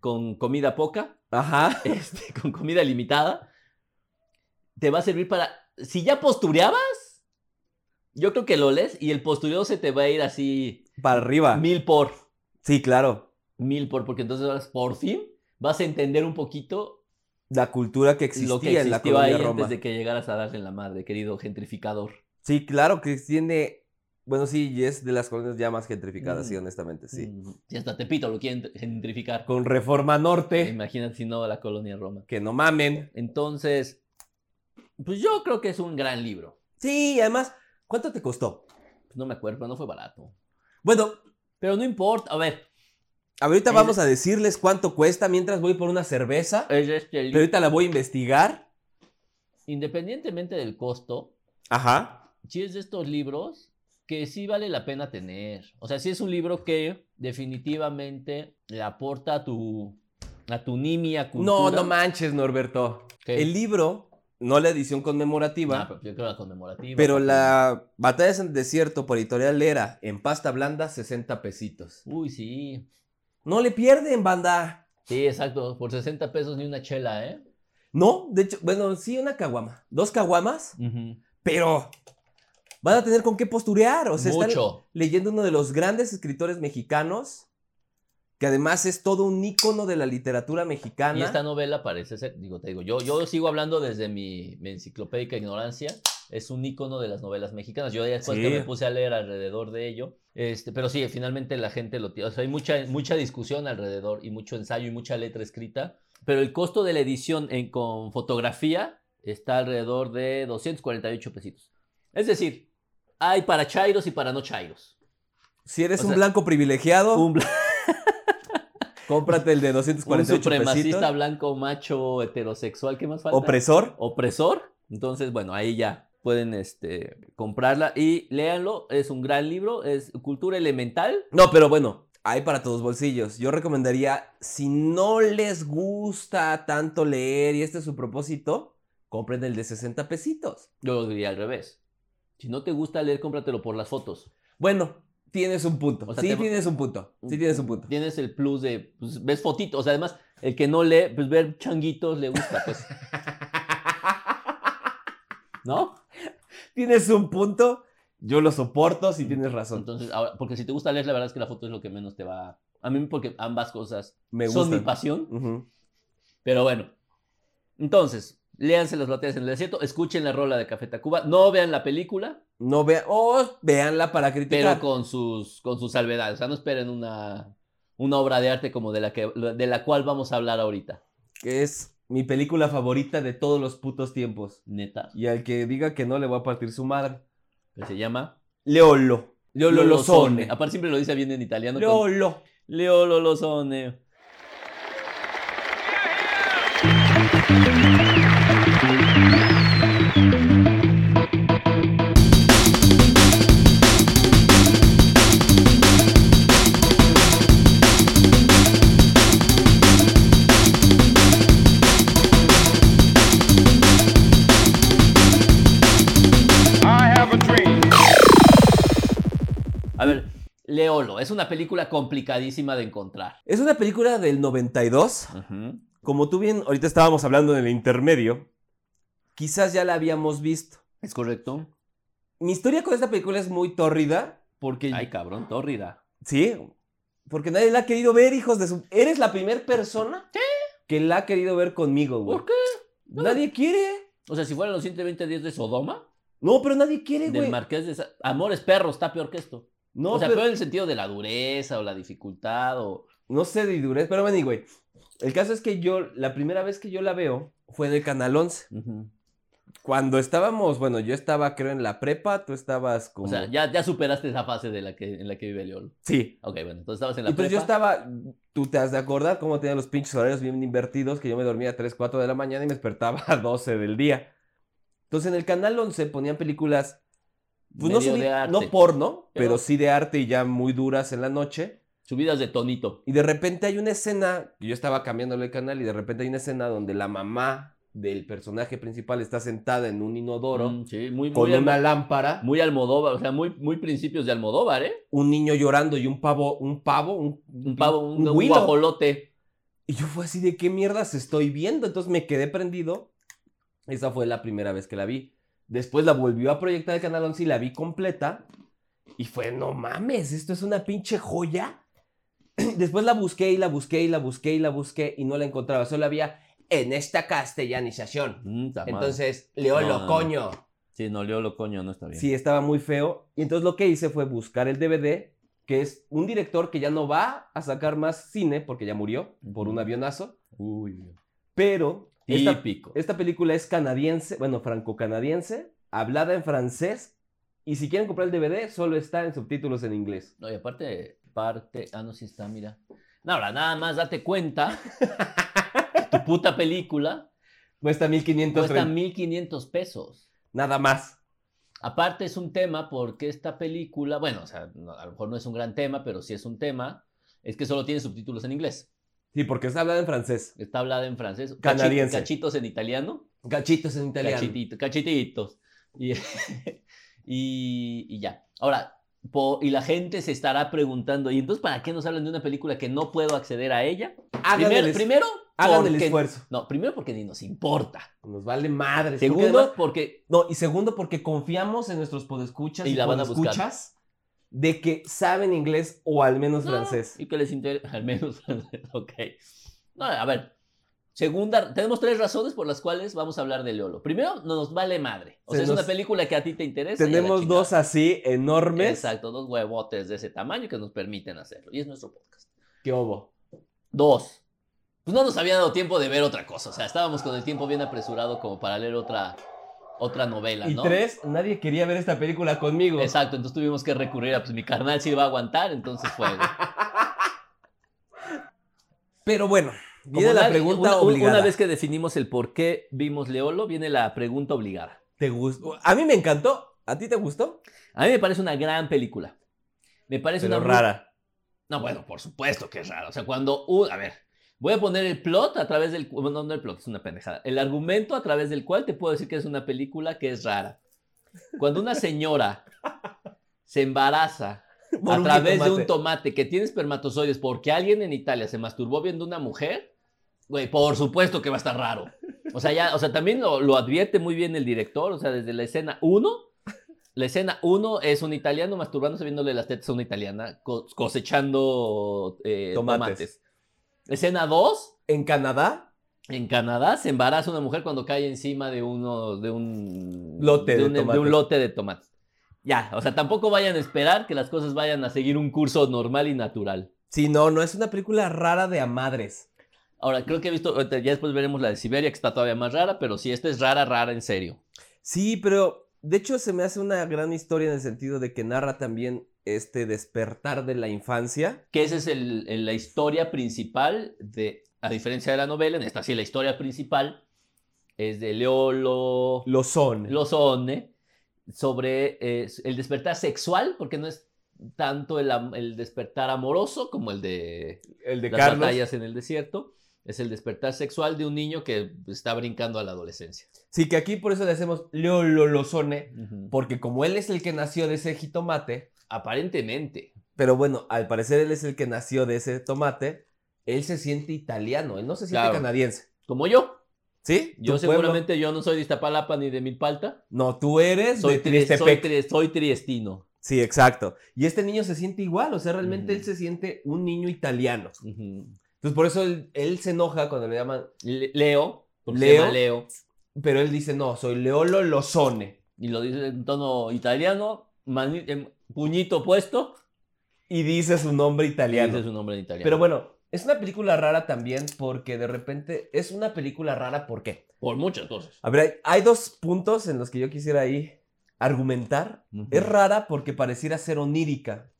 con comida poca,
Ajá.
este, con comida limitada, te va a servir para... Si ya postureabas, yo creo que lo lees y el postureo se te va a ir así
Para arriba.
mil por,
Sí, claro.
mil por, porque entonces ahora por fin vas a entender un poquito
La cultura que existía
lo que
en la
existió
colonia
ahí
Roma.
antes de que llegaras a darle en la madre, querido gentrificador.
Sí, claro, que tiene... Bueno, sí, y es de las colonias ya más gentrificadas,
Mm.
sí, honestamente, sí.
Mm, Y hasta Tepito lo quieren gentrificar. Eh,
Con Reforma Norte,
Imagínate si no la colonia Roma.
que no mamen.
Entonces, pues yo creo que es un gran libro.
Sí, y además, ¿cuánto te costó?
Pues no me acuerdo, pero no fue barato.
Bueno,
Pero no importa, a ver.
Ahorita
El-
vamos a decirles cuánto cuesta mientras voy por una cerveza.
es este libro.
Pero ahorita la voy a investigar.
independientemente del costo,
Ajá.
si es de estos libros que sí vale la pena tener. O sea, si es un libro que definitivamente le aporta a tu, a tu nimia
No,
cultura.
no manches, Norberto.
¿Qué?
El libro, no la edición conmemorativa,
Ah, pero yo creo la conmemorativa.
pero
porque-
la Batalla en el Desierto por Editorial Lera en pasta blanda, 60 pesitos.
Uy, sí.
No le pierden, banda.
Sí, exacto. Por 60 pesos ni una chela, ¿eh?
No, de hecho, bueno, sí, una caguama. Dos caguamas,
Ujú.
pero van a tener con qué posturear. O sea, están-
Mucho.
leyendo uno de los grandes escritores mexicanos, que además es todo un ícono de la literatura mexicana.
Y esta novela parece ser, digo, te digo, yo, yo sigo hablando desde mi, mi enciclopédica ignorancia, es un ícono de las novelas mexicanas, yo ya después que
Sí.
me puse a leer alrededor de ello, este, pero sí, finalmente la gente lo tiene, o sea, hay mucha, mucha discusión alrededor y mucho ensayo y mucha letra escrita, pero el costo de la edición en, con fotografía está alrededor de 248 pesitos. Es decir, hay para chairos y para no chairos.
si eres
o
un
sea,
blanco privilegiado,
Un,
cómprate el de
un
248
supremacista
pesitos.
blanco, macho, heterosexual, ¿qué más falta?
Opresor.
opresor. Entonces, bueno, ahí ya pueden este, comprarla y léanlo. Es un gran libro, es cultura elemental.
No, pero bueno, hay para todos bolsillos. Yo recomendaría, si no les gusta tanto leer y este es su propósito, compren el de 60 pesitos.
Yo lo diría al revés. Si no te gusta leer, cómpratelo por las fotos.
Bueno, tienes un punto.
O sea,
sí,
te- Mm.
tienes un punto. Sí, tienes un punto.
Tienes el plus de, pues, ves fotitos. O sea, además, el que no lee, pues ver changuitos le gusta, pues. ¿No?
Tienes un punto. Yo lo soporto si tienes razón.
Entonces, ahora, porque si te gusta leer, la verdad es que la foto es lo que menos te va. A mí, porque ambas cosas
Me gusta.
son mi pasión.
Ujú.
Pero bueno. Entonces, léanse las batallas en el desierto, escuchen la rola de Café Tacuba, no vean la película,
No vean, o veanla para criticar.
pero con sus, con sus salvedades. O sea, no esperen una, una obra de arte como de la, que, de la cual vamos a hablar ahorita.
Que es mi película favorita de todos los putos tiempos.
Neta.
Y al que diga que no le voy a partir su madre.
Que se llama
Leolo. Leolo Lozone.
Aparte siempre lo dice bien en italiano. con-
Leolo.
Leolo Lozone.
I have a dream.
A ver, Leolo, es una película complicadísima de encontrar.
Es una película del 92.
Ujú.
Como tú bien ahorita estábamos hablando en el intermedio, quizás ya la habíamos visto.
Es correcto.
Mi historia con esta película es muy tórrida,
Porque. Ay, cabrón, tórrida.
¿sí? Porque nadie la ha querido ver, hijos de su... Eres la primera persona que la ha querido ver conmigo, güey.
¿Por qué?
Nadie quiere.
O sea, si fueran los 120 días de Sodoma,
No, pero nadie quiere,
del
güey.
Marqués de. Sa- Amores perros, está peor que esto.
No,
o sea,
pero-
peor en el sentido de la dureza o la dificultad o.
No sé de dureza, pero bueno, güey. El caso es que yo, la primera vez que yo la veo fue en el Canal 11. Cuando estábamos, bueno, yo estaba creo en la prepa, tú estabas como...
O sea, ya, ya superaste esa fase de la que, en la que vive León.
Sí.
Ok, bueno, entonces estabas en la
Y pues
prepa.
yo estaba, tú te has de acordar cómo tenía los pinches horarios bien invertidos, que yo me dormía a 3, 4 de la mañana y me despertaba a 12 del día. Entonces en el Canal 11 ponían películas, pues no,
Medio
sé,
de arte.
no porno,
Pero-
pero sí de arte y ya muy duras en la noche.
Subidas de tonito.
Y de repente hay una escena, y yo estaba cambiándole el canal, y de repente hay una escena donde la mamá del personaje principal está sentada en un inodoro
Mm, sí, muy,
con
muy,
una
Almo-
lámpara,
muy Almodóvar, o sea, muy, muy principios de Almodóvar, ¿eh?
un niño llorando y un pavo, un pavo, un,
Un pavo, un,
un
un
huilo.
guajolote.
Y yo fue así de qué mierdas estoy viendo. Entonces me quedé prendido. Esa fue la primera vez que la vi. Después la volvió a proyectar el canal 11 y la vi completa. Y fue, no mames, esto es una pinche joya. Después la busqué y la busqué y la busqué y la busqué y no la encontraba. Solo había en esta castellanización.
Mm, está mal.
Entonces, Leolo,
No.
coño.
Sí, no, Leo lo coño, no está bien.
Sí, estaba muy feo. Y entonces lo que hice fue buscar el DVD, que es un director que ya no va a sacar más cine porque ya murió por un
Ujú.
avionazo.
Uy,
Pero esta,
típico.
esta película es canadiense, bueno, franco-canadiense, hablada en francés. Y si quieren comprar el DVD, solo está en subtítulos en inglés.
No, y aparte, parte. Ah, no, sí está, mira. No, ahora nada más date cuenta. que tu puta película
Cuesta 1500
cuesta 1500 pesos.
Nada más.
Aparte es un tema porque esta película, bueno, o sea, no- a lo mejor no es un gran tema, pero sí es un tema, es que solo tiene subtítulos en inglés.
Sí, porque está hablada en francés.
Está hablada en francés. cachi-
Canadiense.
Cachitos en italiano.
Gachitos en italiano.
Cachitito- cachititos. Y, y- y ya. Ahora, po- y la gente se estará preguntando, ¿y entonces para qué nos hablan de una película que no puedo acceder a ella?
Hagan
Primero,
el, es-
primero
hagan el
porque-
esfuerzo.
No, primero porque ni nos importa.
Nos vale madre.
Segundo,
Porque además-
porque
no, y segundo, porque confiamos en nuestros podescuchas
Y la van a buscar.
podescuchas de que saben inglés o al menos
No,
francés.
Y que les interesa, al menos francés, ok. No, a ver, segunda, tenemos tres razones por las cuales vamos a hablar de Leolo. Primero, no nos vale madre. O
Se
sea, es una
nos-
película que a ti te interesa. y pues, a la
Tenemos
chingada.
dos así enormes.
Exacto, dos huevotes de ese tamaño que nos permiten hacerlo. Y es nuestro podcast.
¿Qué hubo?
Dos, pues no nos había dado tiempo de ver otra cosa. O sea, estábamos con el tiempo bien apresurado como para leer otra, otra novela,
Y
¿no?
tres, nadie quería ver esta película conmigo.
Exacto, entonces tuvimos que recurrir a pues mi carnal sí va a aguantar, entonces fue. güey.
Pero bueno,
Como
viene la
nadie-
pregunta
una, una-
obligada.
Una vez que definimos el por qué vimos Leolo, viene la pregunta obligada.
¿Te gustó? A mí me encantó. ¿A ti te gustó?
A mí me parece una gran película. Me parece
Pero
una muy-
rara.
No, bueno, por supuesto que es rara. O sea, cuando un- a ver, voy a poner el plot a través del bueno, no, no el plot, es una pendejada. El argumento a través del cual te puedo decir que es una película que es rara. Cuando una señora se embaraza
Por
a
un
través de un
jitomate.
tomate que tiene espermatozoides porque alguien en Italia se masturbó viendo una mujer, güey, por supuesto que va a estar raro. O sea, ya, o sea, también lo, lo advierte muy bien el director, o sea, desde la escena 1, la escena 1 es un italiano masturbándose viéndole las tetas a una italiana co- cosechando eh, tomates.
Tomates.
Escena 2,
En Canadá,
en Canadá se embaraza una mujer cuando cae encima de uno de un
Lote de
un- un
tomates.
lote de tomates. Ya, o sea, tampoco vayan a esperar que las cosas vayan a seguir un curso normal y natural.
sí, no, no, es una película rara de amadres.
Ahora, creo que he visto, ahorita ya después veremos la de Siberia, que está todavía más rara, pero sí, esta es rara, rara, en serio.
Sí, pero de hecho se me hace una gran historia en el sentido de que narra también este despertar de la infancia.
Que esa es el- el- la historia principal de, a diferencia de la novela, en esta sí la historia principal es de Leolo,
Lo son.
Lozone, sobre eh, el despertar sexual, porque no es tanto el, am- el despertar amoroso como el de
el de
las
Carlos.
batallas en el desierto, es el despertar sexual de un niño que está brincando a la adolescencia.
Sí, que aquí por eso le hacemos Leo lo, lo sone,
Pues,
porque como él es el que nació de ese jitomate,
Aparentemente.
Pero bueno, al parecer él es el que nació de ese tomate. Él se siente italiano, él no se siente
Claro.
canadiense.
Como yo.
¿Sí?
Yo
Tu pueblo.
seguramente yo no soy de Iztapalapa ni de Milpalta.
No, tú eres
Soy,
de
tri- soy,
Tristepec.
tri- soy triestino.
Sí, exacto. Y este niño se siente igual, o sea, realmente
Ujú.
él se siente un niño italiano.
Ujú.
Entonces, por eso él, él se enoja cuando le llaman,
Le- Leo. porque se
Leo.
llama Leo.
pero él dice, no, soy Leolo Lozone.
Y lo dice en tono italiano, mani- em, puñito puesto.
Y dice su nombre
Y
italiano.
dice su nombre en italiano.
Pero bueno, es una película rara también porque de repente es una película rara, ¿por qué?
Por muchas cosas.
A ver, hay, hay dos puntos en los que yo quisiera ahí argumentar.
Ujú.
Es rara porque pareciera ser onírica.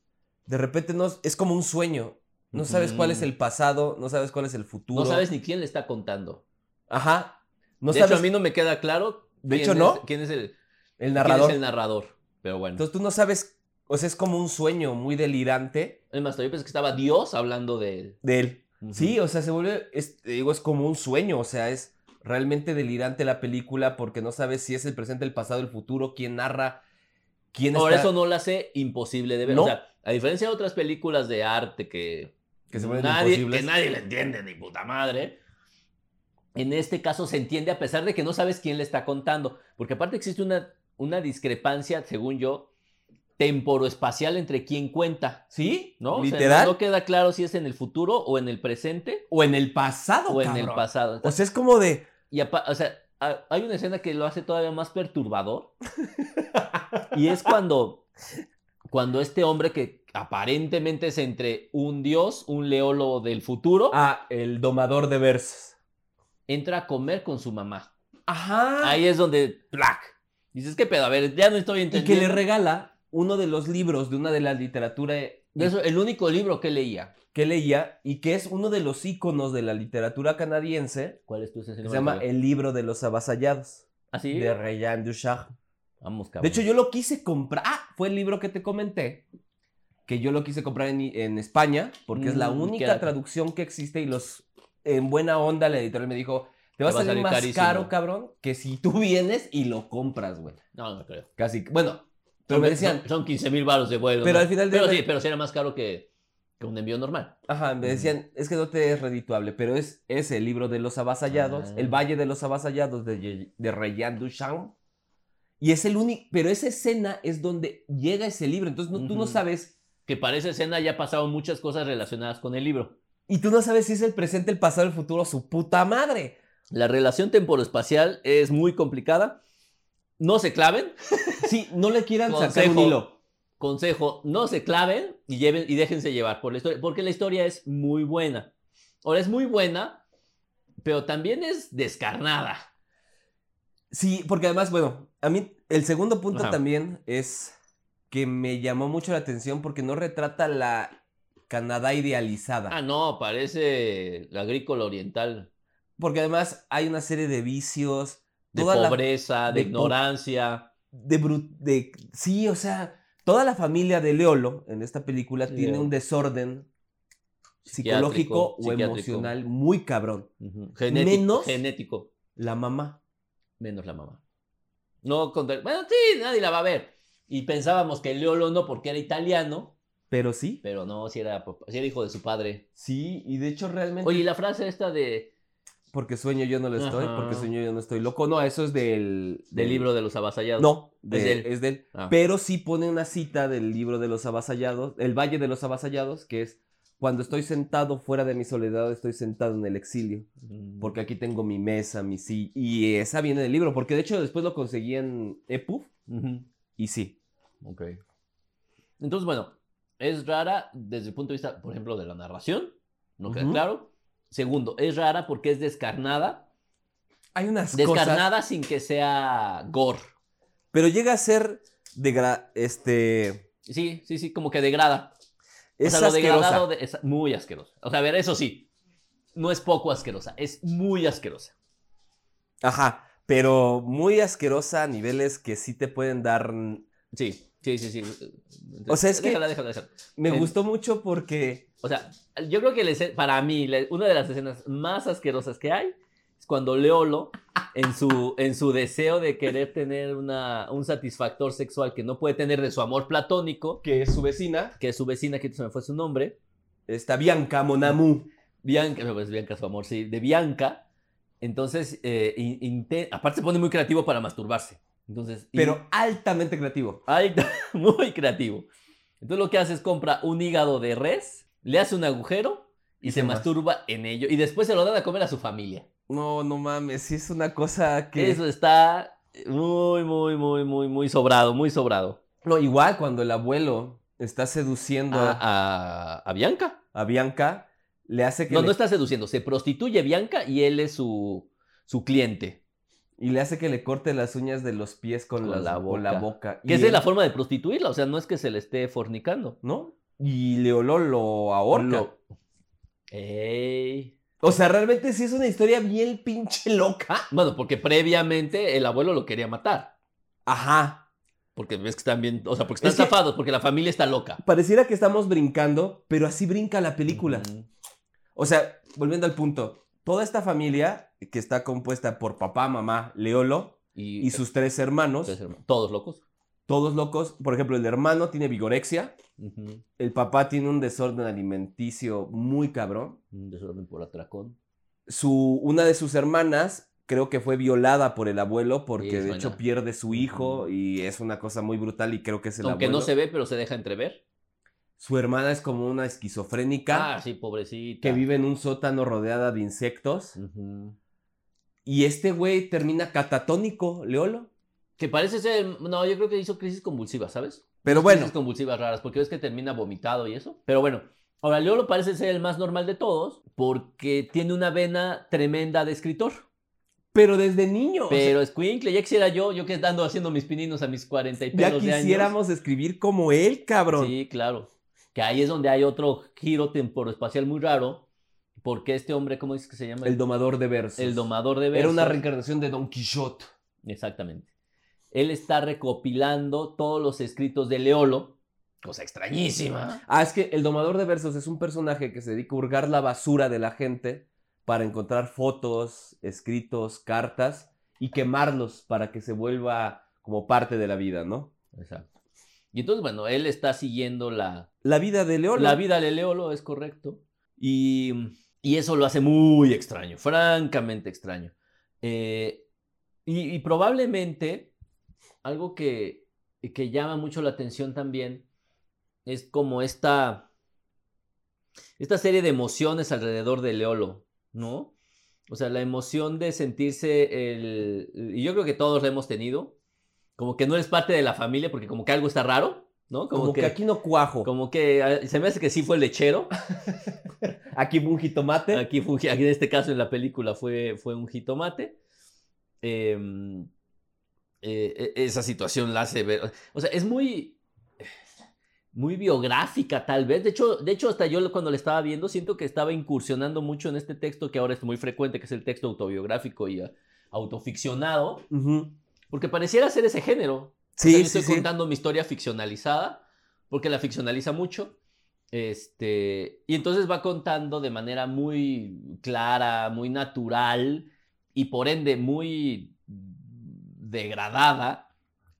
De repente no, es- es como un sueño. No sabes cuál es el pasado, no sabes cuál es el futuro.
No sabes ni quién le está contando.
Ajá. No
de
sabes
hecho, a mí no me queda claro.
De
quién
hecho,
es-
¿no?
¿Quién es el
el
quién
narrador.
es el narrador? Pero bueno.
Entonces tú no sabes, o sea, es como un sueño muy delirante
es más, yo pensé que estaba Dios hablando de él.
de él.
Ujú.
Sí, o sea, se vuelve, es, te digo, es como un sueño, o sea, es realmente delirante la película porque no sabes si es el presente, el pasado, el futuro, quién narra, quién
Por
está,
eso no la sé imposible de ver.
No.
O sea, a diferencia de otras películas de arte que,
que se vuelven
nadie,
imposibles.
que nadie le entiende, ni puta madre. En este caso se entiende a pesar de que no sabes quién le está contando. Porque aparte existe una, una discrepancia, según yo, temporoespacial entre quién cuenta.
¿Sí?
¿No? O sea,
Literal.
no queda claro si es en el futuro o en el presente
O en el pasado,
o en el
cabrón.
pasado.
O sea, es como de.
Y apa- o sea, ha- hay una escena que lo hace todavía más perturbador. y es cuando, cuando este hombre que aparentemente es entre un dios, un leólogo del futuro,
Ah, el domador de versos.
entra a comer con su mamá.
Ajá.
Ahí es donde, ¡plac! Dices, ¿qué pedo? A ver, ya no estoy
Ah. y
entendiendo.
que le regala uno de los libros de una de las literatura eh,
De eso, el único libro que leía.
que leía y que es uno de los íconos de la literatura canadiense
¿Cuál es tu escena?
que se llama El libro de los avasallados
¿Así?
de Rayan Duchamp.
Vamos, cabrón.
De hecho, yo lo quise comprar. Ah, fue el libro que te comenté. Que yo lo quise comprar en, en España, porque es la
Mm,
única
queda-
traducción que existe. Y los en buena onda, la editorial me dijo: Te va a
va a
salir
salir
más
carísimo.
caro, cabrón, que si tú vienes y lo compras, güey.
No, no creo.
Casi. Bueno, pero
Son-
me decían,
Son 15 mil baros de vuelo.
Pero
¿no?
al final de-
Pero sí, pero sí era más caro que, que un envío normal.
ajá, me decían, es que no te es redituable, pero es, es el libro de los avasallados,
Ah.
El Valle de los Avasallados de, Ye- de Rayan Duchamp. Y es el único, pero esa escena es donde llega ese libro. Entonces no- tú no
Ujú.
sabes
que para esa escena ya pasaron muchas cosas relacionadas con el libro.
Y tú no sabes si es el presente, el pasado, el futuro, su puta madre.
La relación temporoespacial es muy complicada. No se claven.
Sí, no le quieran sacar un
Consejo.
hilo.
Consejo, no se claven y, lleven, y déjense llevar por la historia, porque la historia es muy buena. Ahora es muy buena, pero también es descarnada.
Sí, porque además, bueno, a mí el segundo punto
Ajá.
también es que me llamó mucho la atención porque no retrata la Canadá idealizada.
Ah, no, parece la agrícola oriental.
Porque además hay una serie de vicios,
De
toda la-
pobreza, de,
de po-
ignorancia.
de, bru- de- Sí, o sea, toda la familia de Leolo en esta película
Sí,
tiene
Leolo.
un desorden
Psiquiátrico,
psicológico o
psiquiátrico.
emocional muy cabrón.
Ujú. Genético,
Menos-
genético.
La mamá.
Menos la mamá. No contra- Bueno, sí, nadie la va a ver. Y pensábamos que Leolo no porque era italiano,
Pero sí,
pero no, si era, papá- si era hijo de su padre.
sí, y de hecho realmente...
Oye, y la frase esta de,
Porque sueño yo no lo estoy, porque
Ajá.
sueño yo no estoy loco. No, eso es del,
del libro de los avasallados.
Mm. No, de-
Es
es,
de él.
del,
Ah.
Pero sí pone una cita del libro de los avasallados, El Valle de los Avasallados, que es cuando estoy sentado fuera de mi soledad, estoy sentado en el exilio,
Mm.
porque aquí tengo mi mesa, mi sí, y esa viene del libro, porque de hecho después lo conseguí en EPUB
Ujú.
y sí.
Ok. Entonces, bueno, es rara desde el punto de vista, por ejemplo, de la narración. No queda
Ujú.
claro. Segundo, es rara porque es descarnada.
Hay unas cosas,
Descarnada sin que sea gore.
pero llega a ser de gra- este
Sí, sí, sí, como que degrada.
es
o sea, lo
asquerosa.
degradado de- es muy asquerosa. O sea, a ver, eso sí, no es poco asquerosa, es muy asquerosa.
Ajá, pero muy asquerosa a niveles que sí te pueden dar
Sí, sí, sí, sí.
O sea, es que-
Déjala, déjala, déjala.
Me
En-
gustó mucho porque.
O sea, yo creo que la escena- para mí la- una de las escenas más asquerosas que hay es cuando Leolo, en su, en su deseo de querer tener una, un satisfactor sexual que no puede tener de su amor platónico,
Que su vecina.
que es su vecina, que se me fue su nombre,
Está Bianca Monamu.
Bianca, no, pues Bianca su amor, sí, de Bianca, Entonces, eh, in- inte- aparte se pone muy creativo para masturbarse. Entonces, y-
Pero altamente creativo.
Ay, muy creativo. Entonces lo que hace es compra un hígado de res, le hace un agujero y,
Y
se
se mas-
masturba en ello. Y después se lo dan a comer a su familia.
No, no mames, sí es una cosa que...
Eso está muy, muy, muy, muy, muy sobrado, muy sobrado.
No, igual cuando el abuelo está seduciendo a,
A, a- a Bianca.
a Bianca, le hace que
No,
le-
no está seduciendo. Se prostituye Bianca y él es su, su cliente.
y le hace que le corte las uñas de los pies con,
Con
las-
la
con la
boca.
boca. Y
Que esa es
él-
la forma de prostituirla. O sea, no es que se le esté fornicando.
¿No? Y Leolo lo ahorca.
Lo- Ey.
O sea, realmente sí es una historia bien pinche loca.
Ah, Bueno, porque previamente el abuelo lo quería matar.
Ajá.
Porque ves que están bien, o sea, porque están
Es que-
zafados, porque la familia está loca.
Pareciera que estamos brincando, pero así brinca la película.
Ujú.
O sea, volviendo al punto, toda esta familia que está compuesta por papá, mamá, Leolo
Y,
y sus tres hermanos,
tres hermanos. Todos locos.
todos locos. Por ejemplo, el hermano tiene vigorexia,
Ujú.
el papá tiene un desorden alimenticio muy cabrón.
Un desorden Mm, por atracón.
Su, una de sus hermanas creo que fue violada por el abuelo porque
Sí,
de
suena.
hecho pierde su hijo y es una cosa muy brutal y creo que es el
Aunque
abuelo.
no se ve, pero se deja entrever.
Su hermana es como una esquizofrénica
Ah, sí, pobrecita.
que vive en un sótano rodeada de insectos.
Ujú.
Y este güey termina catatónico, Leolo.
Que parece ser. No, yo creo que hizo crisis convulsivas, ¿sabes?
Pero
Crisis
bueno,
convulsivas raras, porque ves que termina vomitado y eso. Pero bueno, ahora Leolo parece ser el más normal de todos, porque tiene una vena tremenda de escritor.
pero desde niño. o sea,
Pero escuincle, ya quisiera yo, yo que ando haciendo mis pininos a mis cuarenta y
ya
pelos de años.
quisiéramos escribir como él, cabrón.
Sí, claro. Que ahí es donde hay otro giro temporoespacial muy raro, porque este hombre, ¿cómo es que se llama?
El domador de versos.
El domador de
Era
versos.
una reencarnación de Don Quixote.
Exactamente. Él está recopilando todos los escritos de Leolo, cosa extrañísima.
Ah, es que el domador de versos es un personaje que se dedica a hurgar la basura de la gente para encontrar fotos, escritos, cartas y quemarlos para que se vuelva como parte de la vida, ¿no?
Exacto. Y entonces, bueno, él está siguiendo la,
La vida de Leolo.
la vida de Leolo, es correcto. Y, y eso lo hace muy extraño, francamente extraño. Eh, y, y probablemente algo que, que llama mucho la atención también es como esta, esta serie de emociones alrededor de Leolo, ¿no? O sea, la emoción de sentirse el... Y yo creo que todos la hemos tenido. Como que no eres parte de la familia porque como que algo está raro, ¿no?
como, que... aquí no cuajo.
Como que eh, se me hace que sí fue el lechero.
Aquí fue un jitomate.
Aquí, fue un ji- aquí en este caso en la película fue, fue un jitomate. Em, eh, e- esa situación la hace ver. O sea, es muy. Muy biográfica, tal vez. De hecho, de hecho, hasta yo lo- cuando la estaba viendo, siento que estaba incursionando mucho en este texto que ahora es muy frecuente, que es el texto autobiográfico y ah, autoficcionado,
Ujú.
porque pareciera ser ese género. O sea,
Sí,
yo
sí,
estoy
sí.
contando mi historia ficcionalizada, porque la ficcionaliza mucho. Este, y entonces va contando de manera muy clara, muy natural y por ende muy degradada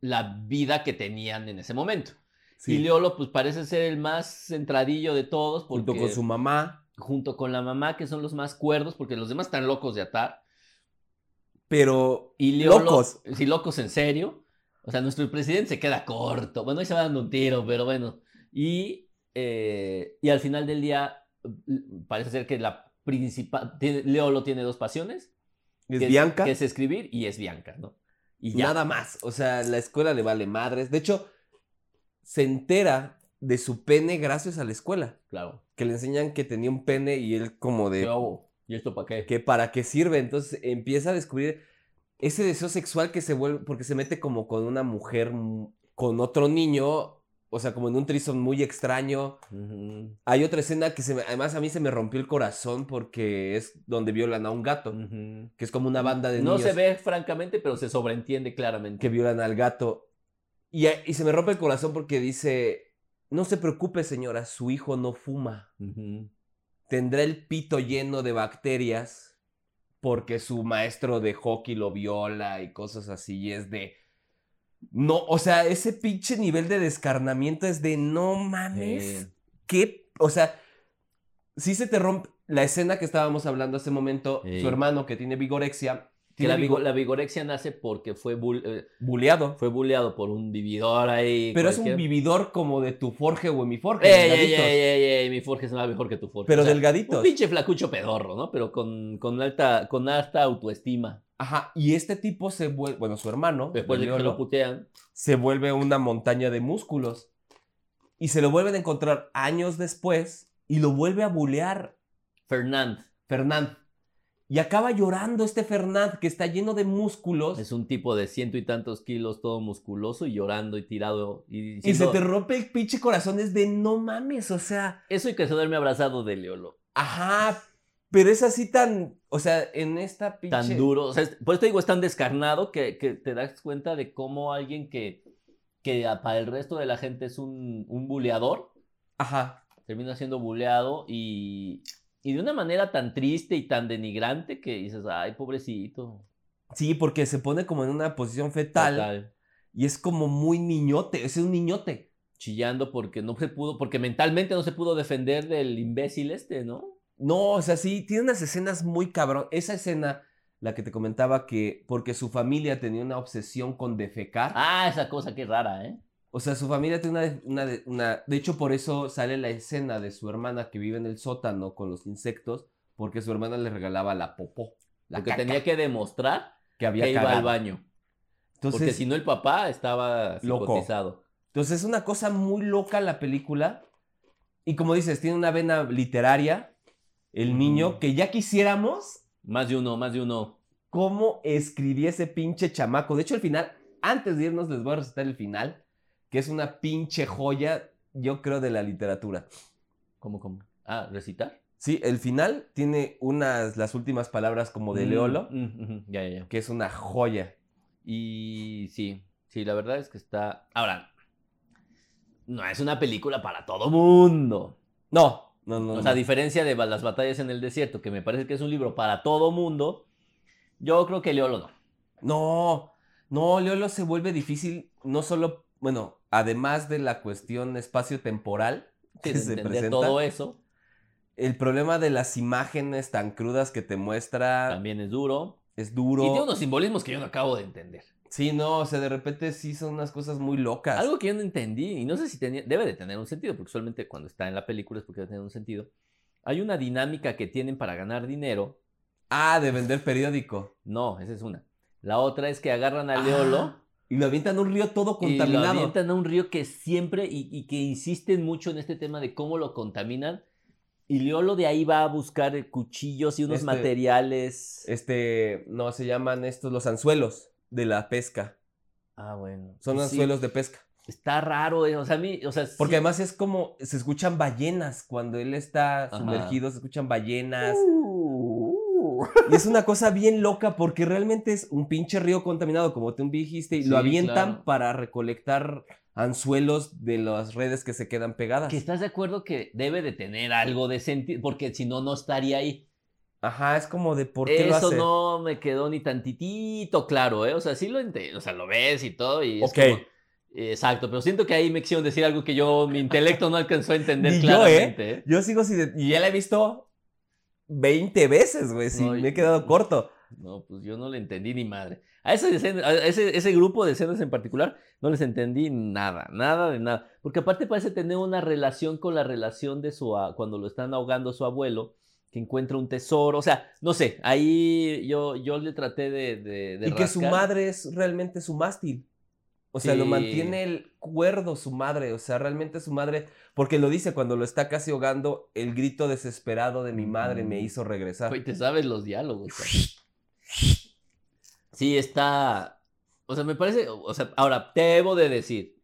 la vida que tenían en ese momento.
Sí.
Y Leolo pues parece ser el más centradillo de todos porque
Junto con su mamá.
junto con la mamá que son los más cuerdos porque los demás están locos de atar.
Pero
Y Leolo,
Locos.
Sí, locos en serio. O sea, nuestro presidente se queda corto. Bueno, ahí se va dando un tiro, pero bueno. Y, eh, y al final del día, mm, parece ser que la principal. tiene- Leolo tiene dos pasiones:
es
que,
Bianca.
que es escribir y es Bianca, ¿no? Y ya.
Nada más. O sea, la escuela le vale madres. De hecho, se entera de su pene gracias a la escuela.
Claro.
Que le enseñan que tenía un pene y él como de...
¿Qué hago? ¿Y esto para qué?
que para qué sirve. Entonces empieza a descubrir ese deseo sexual que se vuelve, porque se mete como con una mujer, mu- con otro niño, o sea, como en un trison muy extraño.
Ujú,
Hay otra escena que se me- además a mí se me rompió el corazón porque es donde violan a un gato,
ujú.
que es como una banda de
No
niños
se ve francamente, pero se sobreentiende claramente.
que violan al gato. Y, a- y se me rompe el corazón porque dice, no se preocupe señora, su hijo no fuma.
Ujú.
tendrá el pito lleno de bacterias porque su maestro de hockey lo viola y cosas así. Y es de. No, o sea, ese pinche nivel de descarnamiento es de no mames.
Eh,
¿Qué? O sea, sí se te rompe. la escena que estábamos hablando hace momento,
Sí.
su hermano que tiene vigorexia,
Que
tiene
la, vigo-
vigo-
la vigorexia nace porque fue, bul- eh,
buleado.
fue buleado por un vividor ahí.
Pero es un
cualquiera.
vividor como de tu Forge o de mi Forge.
Ey, ey,
delgaditos.
ey, ey, ey, mi Forge es más mejor que tu Forge.
Pero
O sea,
delgaditos.
Un pinche flacucho pedorro, ¿no? Pero con, con alta, con alta autoestima.
Ajá. Y este tipo se vuelve, bueno, su hermano,
Después de que se
Leolo,
lo putean.
se vuelve una montaña de músculos. Y se lo vuelven a encontrar años después y lo vuelve a bulear
Fernand
Fernand. Y acaba llorando este Fernand que está lleno de músculos.
es un tipo de ciento y tantos kilos, todo musculoso y llorando y tirado. Y,
Y se
diciendo,
te rompe el pinche corazón, es de no mames, o sea,
Eso y que se duerme abrazado de Leolo.
ajá, pero es así tan, o sea, en esta pinche...
Tan duro. O sea, es- por eso te digo, es tan descarnado que, que te das cuenta de cómo alguien que, que a- para el resto de la gente es un, un buleador,
Ajá,
termina siendo buleado y, y de una manera tan triste y tan denigrante que dices, ay, pobrecito.
sí, porque se pone como en una posición fetal
Fatal.
y es como muy niñote, es un niñote.
Chillando porque no se pudo, porque mentalmente no se pudo defender del imbécil este, ¿no?
No, o sea, sí, tiene unas escenas muy cabrón. Esa escena, la que te comentaba que porque su familia tenía una obsesión con defecar.
Ah, esa cosa que rara, ¿eh?
O sea, su familia tiene una, una, una... De hecho, por eso sale la escena de su hermana que vive en el sótano con los insectos, porque su hermana le regalaba la popó, la
Porque
caca
tenía que demostrar
que había
que iba
cagado.
al baño. Porque
Entonces,
si no, el papá estaba
Loco.
psicotizado.
entonces es una cosa muy loca la película. Y como dices, tiene una vena literaria, el niño,
Ujú.
que ya quisiéramos
Más de uno, más de uno.
cómo escribí ese pinche chamaco. De hecho, el final, antes de irnos, les voy a recitar el final, que es una pinche joya, yo creo, de la literatura.
¿Cómo, cómo? Ah, recitar.
Sí, el final tiene unas, las últimas palabras como de
Mm,
Leolo,
mm, ujú, ya, ya, ya.
que es una joya.
Y sí, sí, la verdad es que está. Ahora, no es una película para todo mundo.
No, no, no.
O
no.
sea, a diferencia de Las batallas en el desierto, que me parece que es un libro para todo mundo, yo creo que Leolo no.
no, no, Leolo se vuelve difícil, no solo, bueno, además de la cuestión espacio-temporal
Sí,
que
de
se
entender
presenta,
todo eso
el problema de las imágenes tan crudas que te muestra
también es duro.
es Ah. duro.
Y tiene unos simbolismos que yo no acabo de entender.
Sí, no, o sea, de repente sí son unas cosas muy locas.
Algo que yo no entendí, y no sé si tenía, debe de tener un sentido, porque usualmente cuando está en la película es porque debe tener un sentido. Hay una dinámica que tienen para ganar dinero.
Ah, de vender periódico.
No, esa es una. La otra es que agarran a
Ah,
Leolo.
Y lo avientan a un río todo
Y lo
contaminado.
avientan a un río que siempre, y, y que insisten mucho en este tema de cómo lo contaminan. Y Leolo de ahí va a buscar eh, cuchillos y unos
Este-
materiales.
Este, no, se llaman estos los anzuelos de la pesca.
Ah, bueno.
Son
Sí,
anzuelos de pesca.
Está raro, eh, o sea, a mí, o sea, sí-
Porque además es como, se escuchan ballenas. Cuando él está
Ajá.
sumergido, se escuchan ballenas.
Uh, uh.
Y es una cosa bien loca porque realmente es un pinche río contaminado, como tú dijiste, y lo
Sí,
avientan
claro.
para recolectar anzuelos de las redes que se quedan pegadas.
Que estás de acuerdo que debe de tener algo de sentido, porque si no, no estaría ahí.
Ajá, es como de por qué lo
Eso
hace.
no me quedó ni tantitito claro, ¿eh? O sea, sí lo entiendo, o sea, lo ves y todo y es
Ok.
como- Exacto, pero siento que ahí me quisieron decir algo que yo, mi intelecto no alcanzó a entender
Ni yo, ¿eh?
claramente. ¿eh?
Yo sigo sin... Y ya la he visto 20 veces, güey. Sí,
No,
me
yo-
he quedado corto.
No, pues yo no le entendí ni madre. A, esa escena- a ese, ese grupo de escenas en particular no les entendí nada, nada de nada. Porque aparte parece tener una relación con la relación de su, a- cuando lo están ahogando su abuelo, que encuentra un tesoro. O sea, no sé, ahí yo, yo le traté de... de- de
Y que su
rascar.
madre es realmente su mástil. O sea, lo
Sí.
mantiene el cuerdo su madre. O sea, realmente su madre... Porque lo dice cuando lo está casi ahogando, el grito desesperado de mi madre me
Mm.
hizo regresar.
Güey, te sabes los diálogos. cabrón. Sí, está. O sea, me parece. O sea, ahora, debo de decir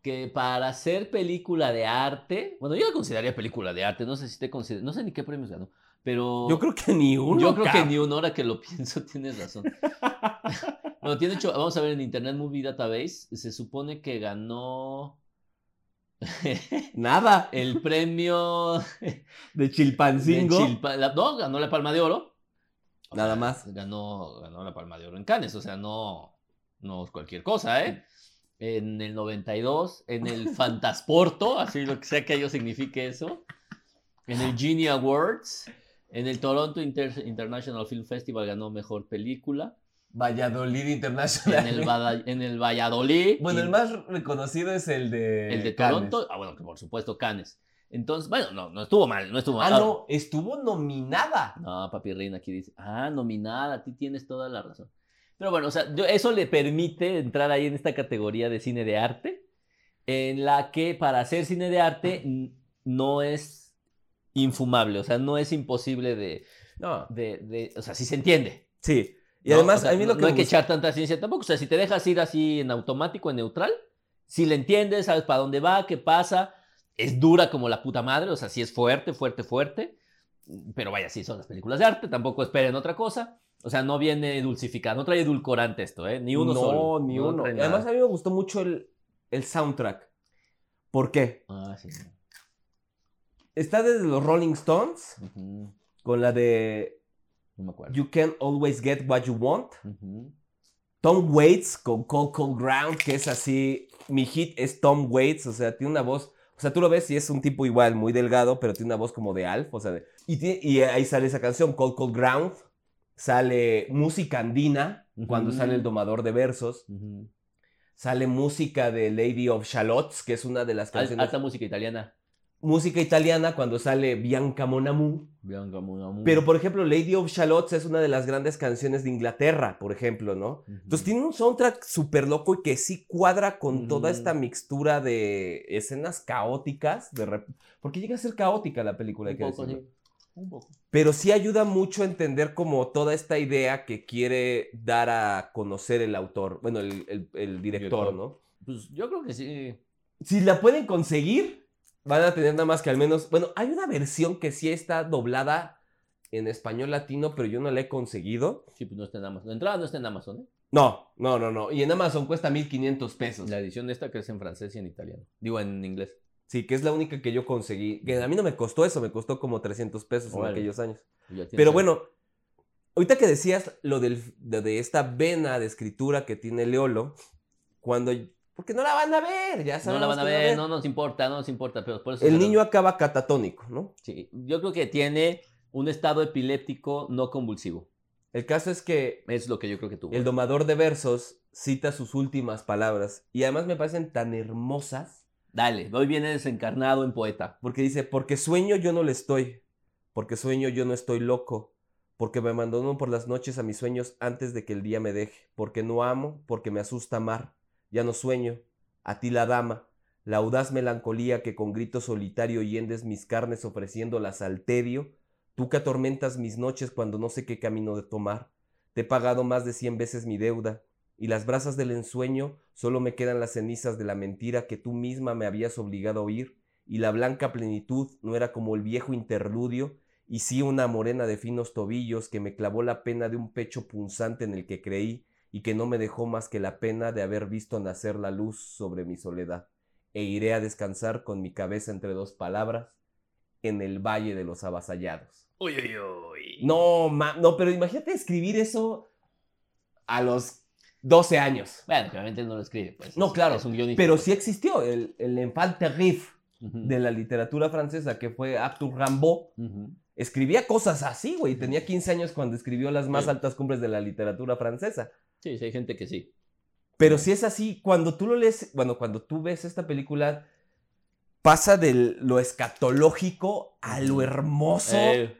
que para hacer película de arte. Bueno, yo la consideraría película de arte. No sé si te considero. No sé ni qué premios ganó. Pero.
Yo creo que ni uno.
yo creo que
cabrón.
ni una hora que lo pienso tienes razón. bueno, tiene hecho. Vamos a ver en Internet Movie Database. Se supone que ganó.
Nada.
El premio
De
de
Chilpancingo.
Chilpa- la- no, ganó la Palma de Oro. O
Nada
sea,
más.
Ganó, ganó la Palma de Oro en Cannes, o sea, no, no es cualquier cosa, ¿eh? En el 92, en el Fantasporto, así lo que sea que ello signifique eso. En el Genie Awards, En el Toronto Inter- International Film Festival ganó mejor película.
Valladolid
En
International.
el, Bada- en el Valladolid.
bueno,
y-
el más reconocido es el de.
el de
Cannes.
Toronto. Ah, bueno, que por supuesto, Canes. Entonces, bueno, no, no estuvo mal, no estuvo
Ah,
mal.
no, estuvo nominada.
No, papi Reina aquí dice, ah, nominada, a ti tienes toda la razón. Pero bueno, o sea, yo- eso le permite entrar ahí en esta categoría de cine de arte, en la que para hacer cine de arte n- no es infumable, o sea, no es imposible de,
No.
de, de- o sea, sí se entiende.
Sí. Y
¿no?
además,
O sea,
a mí lo
no-
que
no
me
hay que
gusta-
echar tanta ciencia tampoco, o sea, si te dejas ir así en automático, en neutral, si le entiendes, sabes para dónde va, qué pasa, es dura como la puta madre, o sea, sí es fuerte, fuerte, fuerte, pero vaya, sí son las películas de arte, tampoco esperen otra cosa, o sea, no viene dulcificada, no trae edulcorante esto, ¿eh? Ni uno
no,
solo.
ni
No
uno.
trae
Y Además,
nada.
a mí me gustó mucho el, el soundtrack. ¿Por qué?
Ah, sí.
Está desde los Rolling Stones
Ujú,
con la de
No me acuerdo.
You Can Always Get What You Want.
Ujú.
Tom Waits con Cold Cold Ground, que es así. Mi hit es Tom Waits, o sea, tiene una voz. O sea, tú lo ves y es un tipo igual, muy delgado, pero tiene una voz como de Alf, o sea, de- y, tiene- y ahí sale esa canción, Cold Cold Ground. Sale música andina, cuando
Ujú.
sale el domador de versos.
Ujú.
Sale música de Lady of Shalotts, que es una de las
Al-
canciones.
Alta música italiana.
Música italiana cuando sale Bianca Monamu.
Bianca Monamur.
Pero, por ejemplo, Lady of Shalotts es una de las grandes canciones de Inglaterra, por ejemplo, ¿no?
Ujú. Mm.
Entonces tiene un soundtrack súper loco y que sí cuadra con toda
Ujú.
esta mixtura de escenas caóticas. De rep- Porque llega a ser caótica la película, hay
un
que
poco,
decirlo.
sí. Un poco.
Pero sí ayuda mucho a entender como toda esta idea que quiere dar a conocer el autor, bueno, el, el- el director,
Director.
¿no?
Pues yo creo que sí.
Si la pueden conseguir, van a tener nada más que al menos. Bueno, hay una versión que sí está doblada en español latino, pero yo no la he conseguido.
Sí, pues no está en Amazon. La entrada no está en Amazon, ¿eh?
No, no, no, no. Y en Amazon cuesta 1500 pesos.
La edición esta que es en francés y en italiano. Digo, en inglés.
Sí, que es la única que yo conseguí. Que a mí no me costó eso, me costó como 300 pesos en
Órale.
aquellos años.
Y ya tiene-
Pero bueno, ahorita que decías lo del, de, de esta vena de escritura que tiene Leolo, cuando. Porque no la van a ver, ya
No
saben.
la van a ver, no nos importa, no nos importa, pero por eso...
El
se la-
niño acaba catatónico, ¿no?
Sí, yo creo que tiene un estado epiléptico no convulsivo.
El caso es que
Es lo que yo creo que tuvo.
El domador de versos cita sus últimas palabras y además me parecen tan hermosas
Dale, hoy viene desencarnado en poeta.
porque dice, porque sueño yo no le estoy, porque sueño yo no estoy loco, porque me abandono por las noches a mis sueños antes de que el día me deje, porque no amo, porque me asusta amar, ya no sueño, a ti la dama, la audaz melancolía que con grito solitario hiendes mis carnes ofreciéndolas al tedio, tú que atormentas mis noches cuando no sé qué camino de tomar, te he pagado más de cien veces mi deuda, y las brasas del ensueño solo me quedan las cenizas de la mentira que tú misma me habías obligado a oír, y la blanca plenitud no era como el viejo interludio, y sí una morena de finos tobillos que me clavó la pena de un pecho punzante en el que creí, y que no me dejó más que la pena de haber visto nacer la luz sobre mi soledad, e iré a descansar con mi cabeza entre dos palabras, en el valle de los avasallados.
Uy, uy, uy.
No, ma- no, pero imagínate escribir eso a los 12 años.
Bueno, claramente no lo escribe. Pues,
No,
es-
claro,
Es un guionista.
Pero sí existió el, el enfant terrible
Ujú.
de la literatura francesa, que fue Arthur Rimbaud.
Ujú.
Escribía cosas así, güey. Tenía 15 años cuando escribió las más
Sí.
altas cumbres de la literatura francesa.
Sí, sí, hay gente que sí.
Pero si es así, cuando tú lo lees, bueno, cuando tú ves esta película, pasa de lo escatológico a lo hermoso.
Eh,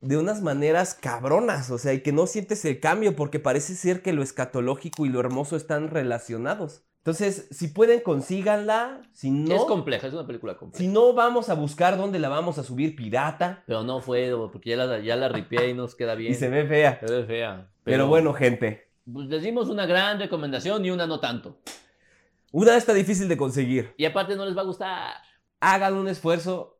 de unas maneras cabronas, o sea, y que no sientes el cambio porque parece ser que lo escatológico y lo hermoso están relacionados. Entonces, si pueden, consíganla, si
Es
no,
compleja, es una película compleja.
si no vamos a buscar dónde la vamos a subir pirata
Pero no fue, porque ya la, ya la ripié y nos queda bien.
y se ve fea.
Se ve fea.
Pero, bueno, gente,
Pues les dimos una gran recomendación y una no tanto.
una está difícil de conseguir.
Y aparte no les va a gustar.
Hagan un esfuerzo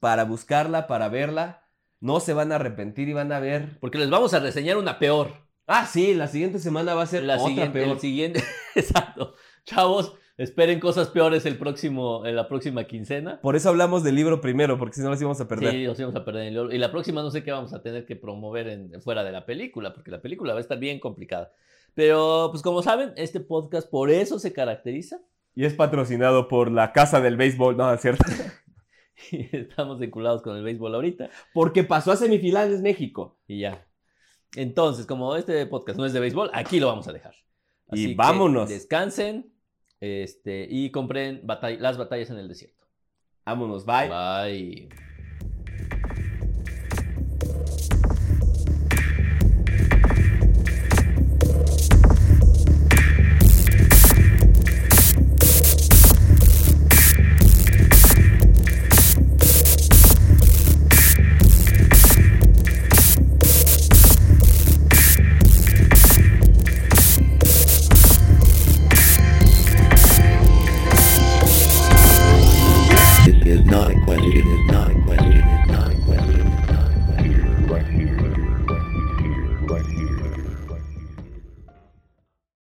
para buscarla, para verla. No se van a arrepentir y van a ver.
Porque les vamos a reseñar una peor.
Ah, sí, la siguiente semana va a ser
La
otra
siguiente,
peor.
El siguiente. Exacto. Chavos, esperen cosas peores el próximo, en la próxima quincena.
Por eso hablamos del libro primero, porque si no las íbamos a perder.
Sí, nos íbamos a perder el oro. Y la próxima no sé qué vamos a tener que promover en- fuera de la película, porque la película va a estar bien complicada. Pero, pues como saben, este podcast por eso se caracteriza.
Y es patrocinado por la Casa del Béisbol, no, es cierto.
y estamos vinculados con el béisbol ahorita
Porque pasó a semifinales México.
y ya. Entonces, como este podcast no es de béisbol, aquí lo vamos a dejar.
Y
que
vámonos.
descansen este, y compren batall- las batallas en el desierto.
Vámonos, bye.
Bye.